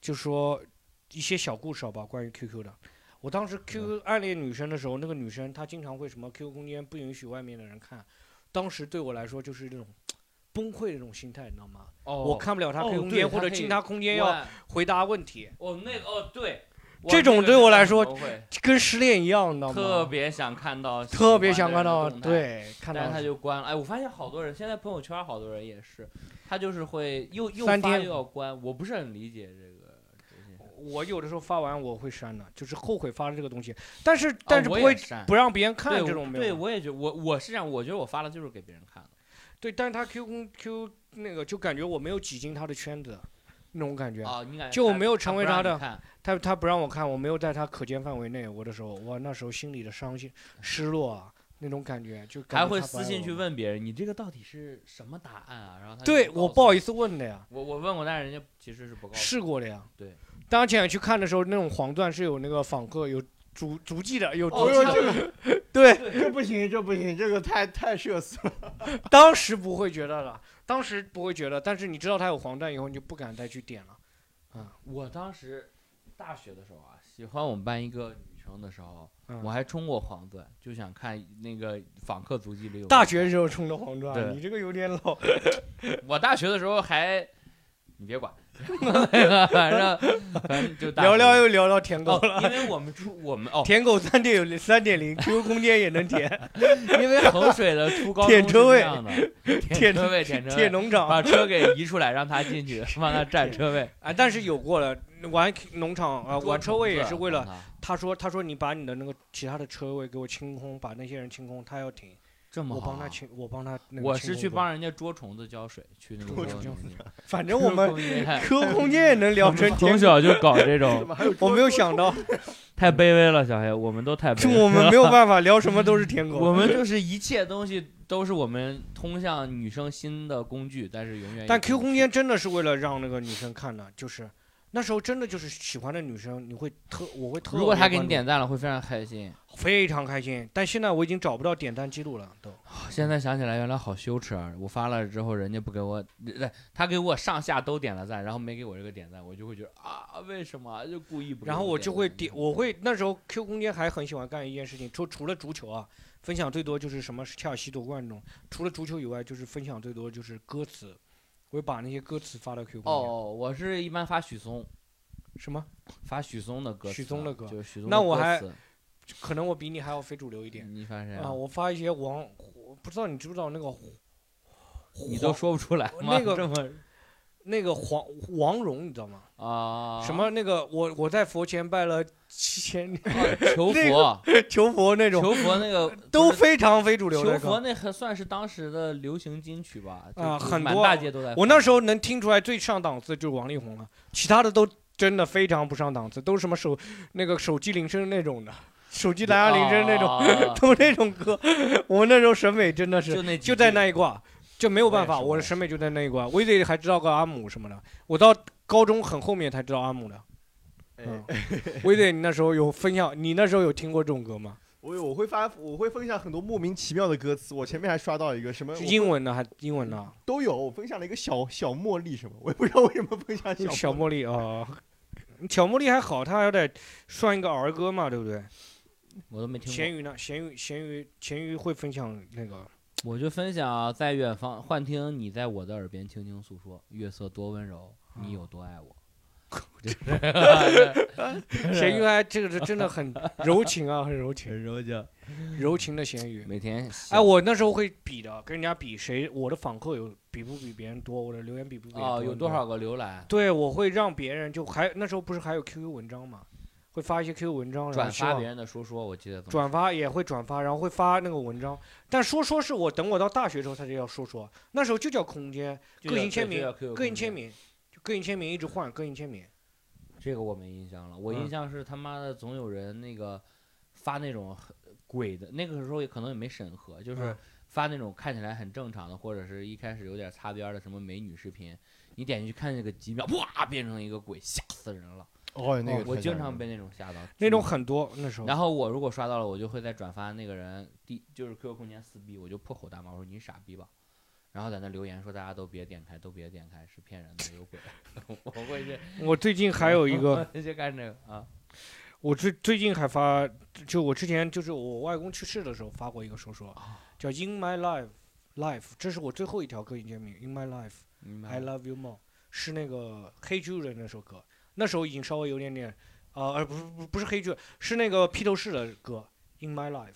Speaker 1: 就说一些小故事好吧，关于 QQ 的。我当
Speaker 2: 嗯
Speaker 1: 时 QQ 暗恋女生的时候，那个女生她经常会什么 QQ 空间不允许外面的人看，当时对我来说就是那种崩溃的那种心态，你知道吗？
Speaker 2: 哦
Speaker 1: 我看不了她
Speaker 2: 哦
Speaker 1: QQ 空
Speaker 2: 对
Speaker 1: 间，或
Speaker 2: 她
Speaker 1: 者
Speaker 2: 可
Speaker 1: 进
Speaker 2: 以
Speaker 1: 她空间要回答问题，
Speaker 2: 我那个哦，对，
Speaker 1: 这种对我来说
Speaker 2: 我会
Speaker 1: 跟失恋一样，你知道吗？
Speaker 2: 特别想看到，
Speaker 1: 特别想看到，
Speaker 2: 动态，
Speaker 1: 对，看
Speaker 2: 但
Speaker 1: 到
Speaker 2: 是他就关了。哎，我发现好多人现在朋友圈好多人也是，他就是会又又发
Speaker 1: 三天
Speaker 2: 又要关，我不是很理解这个这些。
Speaker 1: 我有的时候发完我会删的，就是后悔发了这个东西，但是但
Speaker 2: 啊
Speaker 1: 是不
Speaker 2: 我也
Speaker 1: 会
Speaker 2: 删
Speaker 1: 不让别人
Speaker 2: 对
Speaker 1: 看这
Speaker 2: 我
Speaker 1: 种没
Speaker 2: 对，
Speaker 1: 有。
Speaker 2: 我也觉得我我是这样，我觉得我发了就是给别人看的。
Speaker 1: 对，但是他 Q 公 Q 那个就感觉我没有挤进他的圈子，那种感觉。
Speaker 2: 啊，你感觉
Speaker 1: 就
Speaker 2: 他
Speaker 1: 我没有成为
Speaker 2: 不
Speaker 1: 他
Speaker 2: 让
Speaker 1: 的
Speaker 2: 你看
Speaker 1: 他他不让我看，我没有在他可见范围内，我的时候，哇，那时候心里的伤心、失落啊，那种感觉就感觉
Speaker 2: 还会
Speaker 1: 他不
Speaker 2: 私
Speaker 1: 爱
Speaker 2: 信
Speaker 1: 我
Speaker 2: 去
Speaker 1: 了。
Speaker 2: 问别人，你这个到底是什么答案啊？然后他就
Speaker 1: 对
Speaker 2: 不
Speaker 1: 我不
Speaker 2: 告诉
Speaker 1: 好
Speaker 2: 你
Speaker 1: 意思问的呀，
Speaker 2: 我我问过，但是人家其实是不告诉
Speaker 1: 试过的呀。
Speaker 2: 对，
Speaker 1: 当前去看的时候，那种黄钻是有那个访客有足足迹的，有 足
Speaker 3: 哦
Speaker 1: 迹
Speaker 3: 呦，
Speaker 1: 的。
Speaker 3: 这个
Speaker 1: 对，
Speaker 3: 这不行，这不行，这个太太社死了。
Speaker 1: 当时不会觉得了，当时不会觉得，但是你知道他有黄段以后，你就不敢再去点了。
Speaker 2: 我。我当时大学的时候啊，喜欢我们班一个女生的时候，
Speaker 1: 嗯
Speaker 2: 我还充过黄钻，就想看那个访客足迹里有。
Speaker 1: 大学时候充的黄啊
Speaker 2: 对
Speaker 1: 段，你这个有点老。
Speaker 2: 我大学的时候还，你别管，那个反正反正就大学
Speaker 1: 聊聊又聊到舔狗
Speaker 2: 哦
Speaker 1: 了，，
Speaker 2: 因为我们初我们哦，
Speaker 1: 舔狗三点有三点零，QQ 空间也能
Speaker 2: 哎
Speaker 1: 舔，
Speaker 2: 因为衡水的初高中
Speaker 1: 舔
Speaker 2: 是
Speaker 1: 车
Speaker 2: 这
Speaker 1: 位
Speaker 2: 样的，
Speaker 1: 舔
Speaker 2: 车位，舔车
Speaker 1: 舔
Speaker 2: 位，啊
Speaker 1: 农场
Speaker 2: 把车给移出来，让他进去，让他占 车位。
Speaker 1: 啊。但是有过了，玩农场啊，玩车位也是为
Speaker 2: 捉虫
Speaker 1: 了
Speaker 2: 子啊
Speaker 1: 他说他说你把你的那个其他的车位给我清空，把那些人清空，他要停，
Speaker 2: 这么
Speaker 1: 我
Speaker 2: 好啊
Speaker 1: 帮他清，我帮他那个。
Speaker 2: 我是去，帮人家捉虫子浇水，去那个
Speaker 3: 捉
Speaker 2: 时候
Speaker 1: 虫
Speaker 2: 那个
Speaker 1: 反正我 们
Speaker 2: 们
Speaker 1: QQ 空间也能 聊成
Speaker 2: 从
Speaker 1: 舔狗，
Speaker 2: 小就搞这
Speaker 3: 怎
Speaker 2: 种，
Speaker 3: 么还有
Speaker 1: 我没有想 到，
Speaker 2: 太卑微了，小黑，我们都太卑
Speaker 1: 就
Speaker 2: 微 了。
Speaker 1: 我们没有办法聊什么都是舔狗。
Speaker 2: 我们就是一切东西都是我们通向女生心哎的工具，但是永远也
Speaker 1: 但
Speaker 2: 进
Speaker 1: Q
Speaker 2: 不
Speaker 1: 空
Speaker 2: 去
Speaker 1: 间真的是为了让那个女生看的，就是那时候真的就是喜欢的女生，你会特我会特别
Speaker 2: 如果他给你
Speaker 1: 关注
Speaker 2: 点赞了，会非常开心。
Speaker 1: 非常开心。但现在我已经找不到点赞记录了，都
Speaker 2: 现在想起来，原来好羞耻啊！我发了之后，人家不给我，对，他给我上下都点了赞，然后没给我这个点赞，我就会觉得啊，为什么就故意不给
Speaker 1: 然后我就会
Speaker 2: 点
Speaker 1: 点，我会那时候 Q 空间还很喜欢干一件事情，除除了足球啊，分享最多就是什么切尔西夺冠那种。除了足球以外，就是分享最多就是歌词，我会把那些歌词发到 Q 空间。
Speaker 2: 哦，我是一般发许嵩，
Speaker 1: 什么？
Speaker 2: 发许嵩的歌词，啊
Speaker 1: 许嵩的歌
Speaker 2: 就是许嵩的
Speaker 1: 那我
Speaker 2: 歌
Speaker 1: 还
Speaker 2: 词
Speaker 1: 可能我比你还要非主流一点
Speaker 2: 你发谁
Speaker 1: 啊！我发一些王，我不知道你知不知道那个，
Speaker 2: 你都说不出来吗？
Speaker 1: 那个
Speaker 2: 这么
Speaker 1: 那个黄王蓉，你知道吗？
Speaker 2: 啊，
Speaker 1: 什么那个我我在佛前拜了七千年
Speaker 2: 求
Speaker 1: 那
Speaker 2: 佛，
Speaker 1: 求佛那种，
Speaker 2: 求佛那个
Speaker 1: 都
Speaker 2: 不是
Speaker 1: 非常非主流
Speaker 2: 求
Speaker 1: 的
Speaker 2: 佛
Speaker 1: 歌。
Speaker 2: 那还算是当时的流行金曲吧？就
Speaker 1: 啊
Speaker 2: 是
Speaker 1: 很
Speaker 2: 满
Speaker 1: 多
Speaker 2: 大街都在放。
Speaker 1: 我那时候能听出来最上档次就是王力宏了，其他的都真的非常不上档次，都是什么手那个手机铃声那种的，手机蓝牙铃声那种，
Speaker 2: 种，
Speaker 1: 都那种歌。 我那时候审美真的是
Speaker 2: 哦 就那
Speaker 1: 就在
Speaker 2: 那
Speaker 1: 那一挂，就没有办
Speaker 2: 我也
Speaker 1: 法，
Speaker 2: 是
Speaker 1: 我
Speaker 2: 我也
Speaker 1: 的
Speaker 2: 是
Speaker 1: 审美就在那一挂。我也还知道个阿姆什么的，我到高中很后面才知道阿姆的。
Speaker 3: 哎
Speaker 1: 嗯，威队，你那时候有分享，你那时候有听过这种歌吗？
Speaker 3: 我有我会发我会分享很多莫名其妙的歌词，我前面还刷到一个什么
Speaker 1: 是英文的还是英文的？
Speaker 3: 都有，我分享了一个小小茉莉什么，我也不知道为什么分享小
Speaker 1: 小
Speaker 3: 茉莉
Speaker 1: 茉莉啊，小茉莉还好，她还得算一个儿歌嘛，对不对？
Speaker 2: 我都没听过。
Speaker 1: 咸鱼呢？咸鱼，咸鱼，咸鱼会分享那个
Speaker 2: 我就分享啊在远方幻听你在我的耳边轻轻诉说，月色多温柔，
Speaker 1: 嗯
Speaker 2: 你有多爱我。
Speaker 1: 咸鱼还这个是真的很 柔情啊，很柔情，
Speaker 2: 柔情，
Speaker 1: 柔情的咸鱼。
Speaker 2: 每天
Speaker 1: 哎，我那时候会比的，跟人家比谁我的访客有比不比别人多，我的留言比不比别人多
Speaker 2: 哦有多？少个浏览？
Speaker 1: 对，我会让别人就还那时候不是还有 QQ 文章嘛，会发一些 QQ 文章，然后
Speaker 2: 转
Speaker 1: 希
Speaker 2: 发
Speaker 1: 望
Speaker 2: 别人的说说，我记得怎么
Speaker 1: 转发也会转发，然后会发那个文章。但说说是我等我到大学时候才叫说说，那时候就叫空间，
Speaker 2: 就
Speaker 1: 个
Speaker 2: 叫
Speaker 1: 性签
Speaker 2: 对就
Speaker 1: 名
Speaker 2: 叫 QQ
Speaker 1: 个性签
Speaker 2: 名，
Speaker 1: 名，就个性签名一直换个性签名。
Speaker 2: 这个我没印象了。我
Speaker 1: 嗯
Speaker 2: 印象是他妈的总有人那个发那种很鬼的，那个时候也可能也没审核，就是
Speaker 1: 嗯
Speaker 2: 发那种看起来很正常的，或者是一开始有点擦边儿的什么美女视频，你点进去看那个几秒，哇，变成一个鬼，吓死人了。
Speaker 3: 哦，那个
Speaker 2: 我
Speaker 3: 太
Speaker 2: 经
Speaker 3: 吓人
Speaker 2: 常
Speaker 3: 了
Speaker 2: 被那种吓到，
Speaker 1: 那种
Speaker 2: 巨。
Speaker 1: 很多那时候。
Speaker 2: 然后我如果刷到了，我就会再转发那个人第就是 QQ 空间撕逼，我就破口大骂，我说你傻逼吧，然后在那留言说大家都别点开，都别点开，是骗人的，有鬼。 我会去，
Speaker 1: 我最近还有一 个，
Speaker 2: 就干这个啊，
Speaker 1: 我最最近还发，就我之前就是我外公去世的时候发过一个说说，
Speaker 2: 啊
Speaker 1: 叫《In My Life》，Life，这是我最后一条个性签名，《In My Life
Speaker 2: 明》白
Speaker 1: ，I
Speaker 2: 了。
Speaker 1: Love You More，是那个黑巨人那首歌，那时候已经稍微有点点，啊，呃，不是不是不是黑巨，是那个披头士的歌，《In My Life》，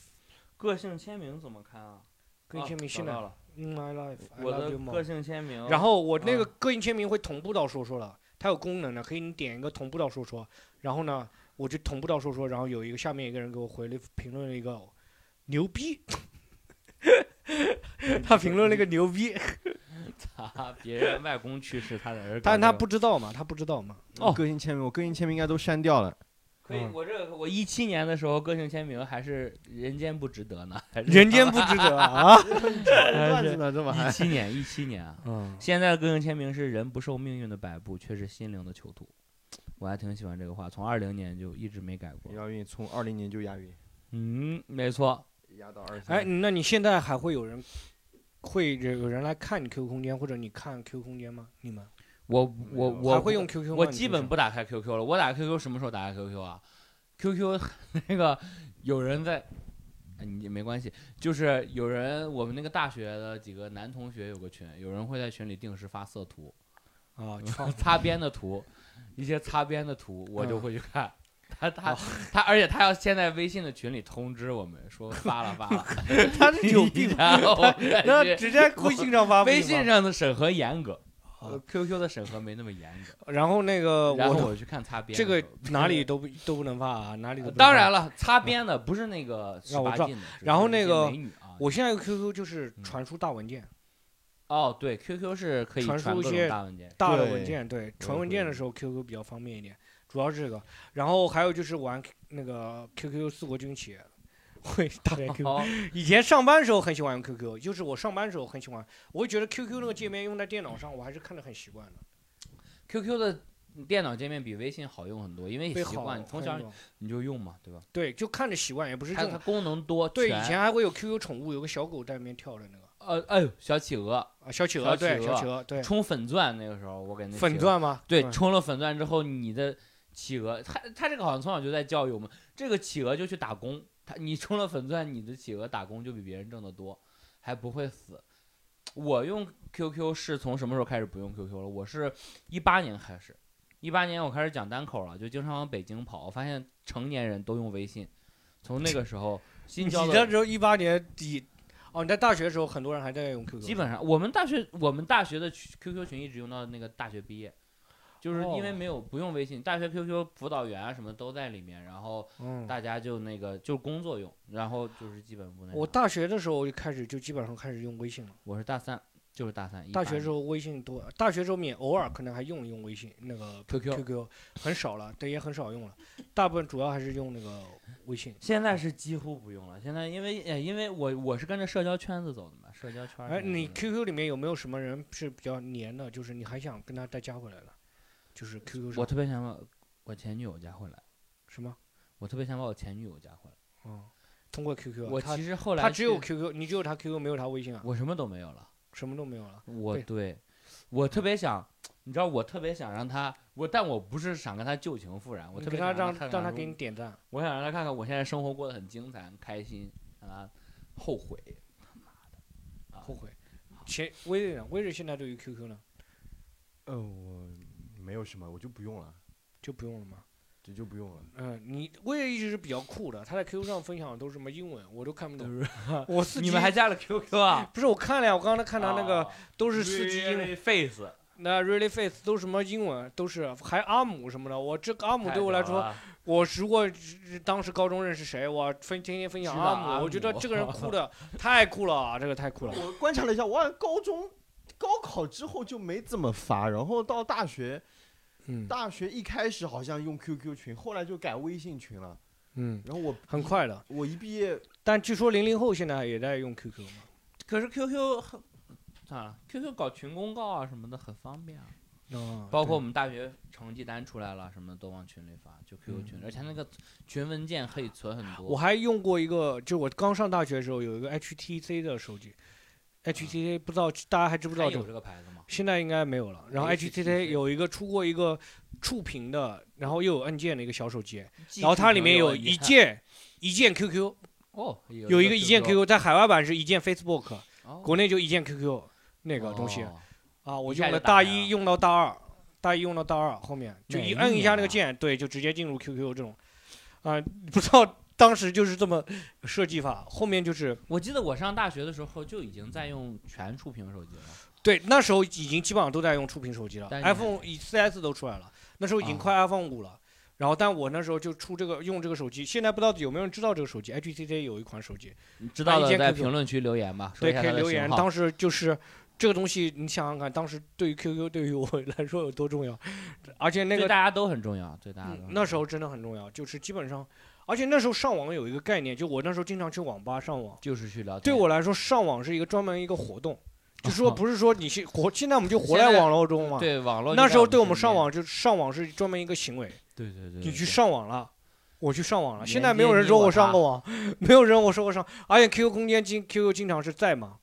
Speaker 2: 个性签名怎么看啊？
Speaker 1: 个性签名
Speaker 2: 啊
Speaker 1: 现在
Speaker 2: 找
Speaker 1: 《
Speaker 2: 到了
Speaker 1: In My Life》，I
Speaker 2: 我
Speaker 1: Love You
Speaker 2: 的
Speaker 1: More
Speaker 2: 个。性签名。
Speaker 1: 然后我那
Speaker 2: 嗯
Speaker 1: 个个性签名会同步到说说了，它有功能的，可以你点一个同步到说说，然后呢，我就同步到说说，然后有一个下面一个人给我回了评论了一个牛逼， 他评论了一个牛逼，
Speaker 2: 嗯他别人外公去世，他在这儿搞这个，
Speaker 1: 但他不知道嘛，他不知道嘛，
Speaker 2: 哦
Speaker 3: 个嗯性签名，我个性签名应该都删掉 了。
Speaker 2: 可以。
Speaker 1: 嗯
Speaker 2: 我这我一七年的时候个性签名还是人间不值得呢，还是
Speaker 1: 人间不值得 啊！
Speaker 3: 段子呢，这么
Speaker 2: 一
Speaker 3: 还
Speaker 2: 七年一七年啊。
Speaker 1: 嗯，
Speaker 2: 现在的个性签名是“人不受命运的摆布，却是心灵的囚徒”，我还挺喜欢这个话，从二零年就一直没改过。
Speaker 3: 押韵，从二零年就押韵，
Speaker 2: 嗯，没错，
Speaker 3: 押到二
Speaker 1: 哎，
Speaker 3: 三。
Speaker 1: 那你现在还会有人会有人来看你 QQ 空间或者你看 QQ 空间吗？你们
Speaker 2: 我我
Speaker 3: 没有
Speaker 2: 我
Speaker 1: 还会用 QQ 吗？
Speaker 2: 我
Speaker 1: 你
Speaker 2: 基
Speaker 1: 平
Speaker 2: 本
Speaker 1: 时
Speaker 2: 不打开 QQ 了。我打 QQ 什么时候打开 QQ 啊？QQ 那个有人在，哎你没关系，就是有人我们那个大学的几个男同学有个群，有人会在群里定时发色图，
Speaker 1: 啊，操
Speaker 2: 擦边的图，一些擦边的图，我
Speaker 1: 嗯
Speaker 2: 就
Speaker 1: 哦
Speaker 2: 会去看。他他 他，而且他要先在微信的群里通知我们说发了发了，，
Speaker 1: 他是有病
Speaker 2: 然后我再
Speaker 1: 那
Speaker 2: 去
Speaker 1: 直接微信上发不
Speaker 2: 微
Speaker 1: 行吗
Speaker 2: 信上的审核严格
Speaker 1: 啊
Speaker 2: 呃，QQ 的审核没那么严格。
Speaker 1: 然后那个
Speaker 2: 然
Speaker 1: 呃我
Speaker 2: 后
Speaker 1: 的
Speaker 2: 我去看擦边的
Speaker 1: 这
Speaker 2: 时候，
Speaker 1: 个 哪里 都不都不能发啊，哪里都
Speaker 2: 呃
Speaker 1: 不能
Speaker 2: 当
Speaker 1: 发
Speaker 2: 然。了，擦边的不是那个十
Speaker 1: 让我
Speaker 2: 八
Speaker 1: 知道
Speaker 2: 禁的，只
Speaker 1: 然后
Speaker 2: 是一
Speaker 1: 那
Speaker 2: 些
Speaker 1: 个
Speaker 2: 美女啊，
Speaker 1: 我现在用 QQ 就是
Speaker 2: 嗯
Speaker 1: 传输大文件，
Speaker 2: 哦对，QQ 是可以
Speaker 1: 传
Speaker 2: 传
Speaker 1: 输
Speaker 2: 各
Speaker 1: 一
Speaker 2: 种
Speaker 1: 些
Speaker 2: 大文件，
Speaker 1: 大的
Speaker 3: 对
Speaker 1: 文件对，传
Speaker 3: 也
Speaker 1: 文
Speaker 3: 会
Speaker 1: 件
Speaker 3: 用
Speaker 1: 的时候 QQ 比较方便一点，主要是这个。然后还有就是玩 Q- 那个 QQ 四国军企，会打开 QQ。
Speaker 2: 好，
Speaker 1: 以前上班时候很喜欢用 QQ，就是我上班时候很喜欢，我会觉得 QQ 那个界面用在电脑上，我还是看着很习惯的，
Speaker 2: QQ 的电脑界面比微信好用很多，因为
Speaker 1: 会
Speaker 2: 习
Speaker 1: 好
Speaker 2: 惯，从
Speaker 1: 很
Speaker 2: 小
Speaker 1: 多
Speaker 2: 你就用嘛，对吧？
Speaker 1: 对，就看着习惯，也不是
Speaker 2: 它
Speaker 1: 这
Speaker 2: 它
Speaker 1: 种。
Speaker 2: 功能多，
Speaker 1: 对，
Speaker 2: 全
Speaker 1: 以前还会有 QQ 宠物，有个小狗在那边跳的那个
Speaker 2: 呃哎呦小企鹅
Speaker 1: 啊，小企
Speaker 2: 小
Speaker 1: 鹅，
Speaker 2: 企
Speaker 1: 对，
Speaker 2: 鹅
Speaker 1: 小企鹅，对，
Speaker 2: 冲粉钻那个时候，我给那企
Speaker 1: 粉
Speaker 2: 鹅
Speaker 1: 钻吗？
Speaker 2: 对
Speaker 1: 嗯
Speaker 2: 冲了粉钻之后，你的企鹅，它它这个好像从小就在教育我们，这个企鹅就去打工，它你冲了粉钻，你的企鹅打工就比别人挣得多，还不会死。我用 QQ 是从什么时候开始不用 QQ 了？我是一八年开始，一八年我开始讲单口了，就经常往北京跑，我发现成年人都用微信，从那个时候新
Speaker 1: 你
Speaker 2: 交
Speaker 1: 那
Speaker 2: 的
Speaker 1: 时候一八年底，哦，你在大学的时候，很多人还在用 QQ，
Speaker 2: 基本上我们大学我们大学的群 QQ 群一直用到那个大学毕业，就是因为
Speaker 1: 哦
Speaker 2: 没有不用微信，大学 QQ 辅导员啊什么都在里面，然后
Speaker 1: 嗯，
Speaker 2: 大家就那个就是工作用，然后就是基本不那啥。
Speaker 1: 我大学的时候就开始就基本上开始用微信了。
Speaker 2: 我是大三，就是大三，
Speaker 1: 大学时
Speaker 2: 候
Speaker 1: 候微信多，大学时候免偶尔可能还用一用微信，那个
Speaker 2: QQ。
Speaker 1: QQ 很少了，对，也很少用了，大部分主要还是用那个微信。
Speaker 2: 现在是几乎不用了，现在因为哎因为我我是跟着社交圈子走的嘛，社交圈儿
Speaker 1: 哎，
Speaker 2: 什么
Speaker 1: 你
Speaker 2: 的
Speaker 1: QQ 里面有没有什么人是比较黏的？就是你还想跟他再加回来的，就是 QQ
Speaker 2: 我
Speaker 1: 上
Speaker 2: 特别想把我前女友加回来，
Speaker 1: 是吗？
Speaker 2: 我特别想把我前女友加回来。
Speaker 1: 嗯，通过 QQ，啊
Speaker 2: 我
Speaker 1: 他
Speaker 2: 其实后来
Speaker 1: 他只有
Speaker 2: 是
Speaker 1: QQ，你只有他 QQ，没有他微信啊，
Speaker 2: 我什么都没有了。
Speaker 1: 什么都没有了。
Speaker 2: 我
Speaker 1: 对
Speaker 2: 对，我特别想，你知道，我特别想让他，我但我不是想跟他旧情复燃，我
Speaker 1: 你
Speaker 2: 特
Speaker 1: 给
Speaker 2: 别
Speaker 1: 他
Speaker 2: 想
Speaker 1: 让
Speaker 2: 他看
Speaker 1: 让
Speaker 2: 看
Speaker 1: 他
Speaker 2: 如
Speaker 1: 给你，点赞，
Speaker 2: 我想让他看看我现在生活过得很精彩、很开心，让他后悔，他妈的，啊
Speaker 1: 后悔。前微瑞呢？微瑞现在对于 QQ 呢，
Speaker 3: 呃，我没有什么，我就不用了，
Speaker 1: 就不用了吗？
Speaker 3: 这就不用了。
Speaker 1: 嗯，你微瑞一直是比较酷的，他在 QQ 上分享的都是什么英文，我都看不懂。我四
Speaker 2: 你
Speaker 1: G
Speaker 2: 们还加了 QQ 啊？
Speaker 1: 不是我看了呀，我刚才 看他那个
Speaker 2: 啊
Speaker 1: 都是四 G 英文，
Speaker 2: Really face，
Speaker 1: 那 Really Face 都什么英文，都是还阿姆什么的。我这个阿姆
Speaker 2: 太
Speaker 1: 对我来
Speaker 2: 屌
Speaker 1: 说，
Speaker 2: 了，
Speaker 1: 我如果是当时高中认识谁，我分天天分享
Speaker 2: 知道
Speaker 1: 阿姆，
Speaker 2: 阿
Speaker 1: 我觉得
Speaker 2: 姆
Speaker 1: 这个人酷的太酷了啊，这个太酷了。
Speaker 3: 我观察了一下，我好像高中高考之后就没怎么发，然后到大学，
Speaker 1: 嗯
Speaker 3: 大学一开始好像用 QQ 群，后来就改微信群了。
Speaker 1: 嗯，
Speaker 3: 然后我
Speaker 1: 很快的。
Speaker 3: 我一毕业，
Speaker 1: 但据说零零后现在也在用 QQ 嘛。
Speaker 2: 可是 QQ 很啊，QQ 搞群公告啊什么的很方便啊。
Speaker 1: 嗯，
Speaker 2: 包括我
Speaker 1: 对
Speaker 2: 们大学成绩单出来了，什么都往群里发，就 QQ
Speaker 1: 嗯
Speaker 2: 群，而且那个群文件可以存很多。
Speaker 1: 我还用过一个，就我刚上大学的时候有一个 HTC 的手机，HTC 不知道大家还知不知道
Speaker 2: 还
Speaker 1: 这
Speaker 2: 有
Speaker 1: 个？
Speaker 2: 这个牌子吗？
Speaker 1: 现在应该没有了。然后
Speaker 2: HTC
Speaker 1: HTC 有一个出过一个触屏的，然后又有按键的一个小手机，然后它里面有一
Speaker 2: 键
Speaker 1: 键一键 QQ，
Speaker 2: 哦，有
Speaker 1: 有一个一键 QQ，在海外版是一键 Facebook，
Speaker 2: 哦
Speaker 1: 国内就一键 QQ 那个东西
Speaker 2: 哦
Speaker 1: 啊。我
Speaker 2: 一下
Speaker 1: 用
Speaker 2: 就
Speaker 1: 了
Speaker 2: 打
Speaker 1: 大
Speaker 2: 开了
Speaker 1: 一用到大二，大一用到大二后面就
Speaker 2: 哪
Speaker 1: 一
Speaker 2: 一
Speaker 1: 摁一下那
Speaker 2: 年
Speaker 1: 个
Speaker 2: 啊
Speaker 1: 键，对，就直接进入 QQ 这种啊，不知道当时就是这么设计法，后面就是。
Speaker 2: 我记得我上大学的时候就已经在用全触屏手机了。
Speaker 1: 对，那时候已经基本上都在用触屏手机了
Speaker 2: 但是
Speaker 1: ，iPhone 以 4S 都出来了，那时候已
Speaker 2: 啊
Speaker 1: 经快 iPhone 五了。然后，但我那时候就出这个用这个手机，现在不知道有没有人知道这个手机？HTC 有一款手机，
Speaker 2: 你知道
Speaker 1: 嗯按一
Speaker 2: 的
Speaker 1: 键
Speaker 2: 在
Speaker 1: QQ
Speaker 2: 评论区留言吧，说
Speaker 1: 对，
Speaker 2: 一下
Speaker 1: 可
Speaker 2: 它
Speaker 1: 以
Speaker 2: 的
Speaker 1: 留言。
Speaker 2: 型号
Speaker 1: 当时就是这个东西，你想想看，当时对于 QQ 对于我来说有多重 要，而且那
Speaker 2: 对
Speaker 1: 个、
Speaker 2: 大家都很重要，对大家
Speaker 1: 嗯
Speaker 2: 都、
Speaker 1: 那时候真的很重要，就是基本上，而且那时候上网有一个概念，就我那时候经常去网吧上网，
Speaker 2: 就是去聊
Speaker 1: 对
Speaker 2: 天。
Speaker 1: 我来说上网是一个专门一个活动，就说不是说你是活，现在我们就活
Speaker 2: 哦现
Speaker 1: 在
Speaker 2: 在
Speaker 1: 网络中嘛，
Speaker 2: 对网络就
Speaker 1: 那时候
Speaker 2: 在
Speaker 1: 对我们
Speaker 2: 身
Speaker 1: 上
Speaker 2: 边，
Speaker 1: 网，就是上网是专门一个行为，
Speaker 2: 对对对，
Speaker 1: 你去
Speaker 2: 对
Speaker 1: 上网了，我去上网了。
Speaker 2: 连
Speaker 1: 现在没有人
Speaker 2: 接
Speaker 1: 说
Speaker 2: 你
Speaker 1: 我
Speaker 2: 我
Speaker 1: 上
Speaker 2: 他
Speaker 1: 过网， 没有人我说我上，而且 QQ 空间经 QQ 经常是在吗？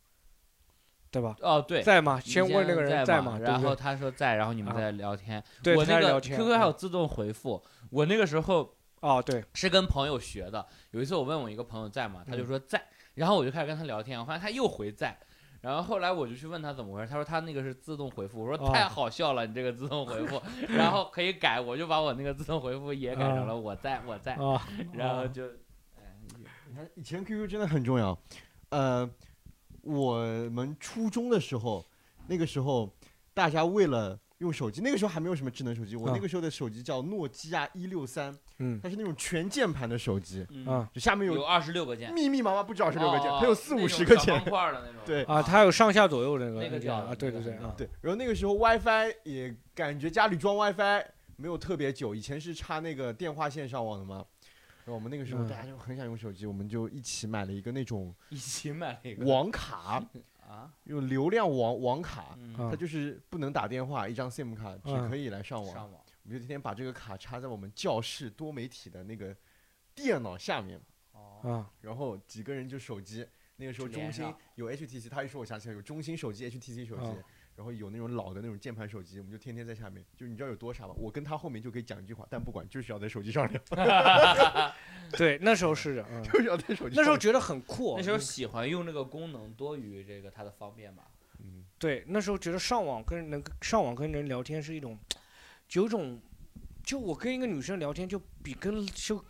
Speaker 1: 对吧？
Speaker 2: 哦对。
Speaker 1: 在吗？
Speaker 2: 你
Speaker 1: 先问那个人
Speaker 2: 在
Speaker 1: 吗？对
Speaker 2: 然
Speaker 1: 不对
Speaker 2: 后他说在，然后你们
Speaker 1: 啊
Speaker 2: 在聊天。
Speaker 1: 对
Speaker 2: 我
Speaker 1: 他在
Speaker 2: 那
Speaker 1: 聊
Speaker 2: 个
Speaker 1: 天嗯
Speaker 2: QQ 还有自动回复，我那个时候
Speaker 1: 哦，对，
Speaker 2: 是跟朋友学的。有一次我问我一个朋友在吗，他
Speaker 3: 嗯
Speaker 2: 就说在，然后我就开始跟他聊天，我发现他又回在，然后后来我就去问他怎么回事，他说他那个是自动回复，我
Speaker 1: 哦
Speaker 2: 说太好笑了，你这个自动 回复，然后可以改，我就把我那个自动回复也改成
Speaker 3: 哦
Speaker 2: 了我在我在，
Speaker 1: 啊，
Speaker 2: 然后就，哎
Speaker 3: 你看以前 QQ 真的很重要。呃，我们初中的时候，那个时候大家为了用手机，那个时候还没有什么智能手机，我
Speaker 1: 啊
Speaker 3: 那个时候的手机叫诺基亚一六三，
Speaker 1: 嗯
Speaker 3: 它是那种全键盘的手机，
Speaker 2: 嗯，
Speaker 1: 啊
Speaker 3: 就下面
Speaker 2: 有
Speaker 3: 有
Speaker 2: 二十六个键，
Speaker 3: 密密麻麻不止二十六个键，
Speaker 2: 哦
Speaker 3: 它有四五十
Speaker 2: 那
Speaker 3: 个
Speaker 2: 种
Speaker 3: 键
Speaker 2: 小。方块的那种，
Speaker 3: 对
Speaker 1: 啊，他有上下左右那个
Speaker 2: 那个
Speaker 1: 按键
Speaker 2: 叫
Speaker 1: 啊，对对
Speaker 2: 那个
Speaker 1: 对
Speaker 2: 叫
Speaker 1: 啊，
Speaker 3: 对，然后那个时候 WiFi 也感觉家里装 WiFi 没有特别久，以前是插那个电话线上网的嘛。然后我们那个时候
Speaker 1: 嗯
Speaker 3: 大家就很想用手机，我们就一起买了一个那种
Speaker 2: 一起买了一个
Speaker 3: 网卡，
Speaker 2: 啊，
Speaker 3: 用流量网网卡，
Speaker 2: 嗯，
Speaker 1: 啊
Speaker 3: 它就是不能打电话，一张 SIM 卡只
Speaker 1: 嗯
Speaker 3: 可以来上网。
Speaker 2: 上网
Speaker 3: 我们就天天把这个卡插在我们教室多媒体的那个电脑下面，
Speaker 2: 哦，
Speaker 1: 啊，
Speaker 3: 然后几个人就手机。那个时候
Speaker 2: 连
Speaker 3: 中兴
Speaker 2: 上
Speaker 3: 有 HTC，他一说我想起来有中兴手机、HTC 手机，
Speaker 1: 嗯
Speaker 3: 然后有那种老的那种键盘手机，我们就天天在下面，就是你知道有多傻吗？我跟他后面就可以讲一句话，但不管，就是要在手机上聊，
Speaker 1: 对，那时候是的，嗯
Speaker 3: 就是要在手机上聊。
Speaker 1: 那时候觉得很酷，啊嗯
Speaker 2: 那时候喜欢用这个功能多于这个它的方便吧，
Speaker 3: 嗯，
Speaker 1: 对，那时候觉得上网跟能上网跟人聊天是一种，有一种，就我跟一个女生聊天，就比跟就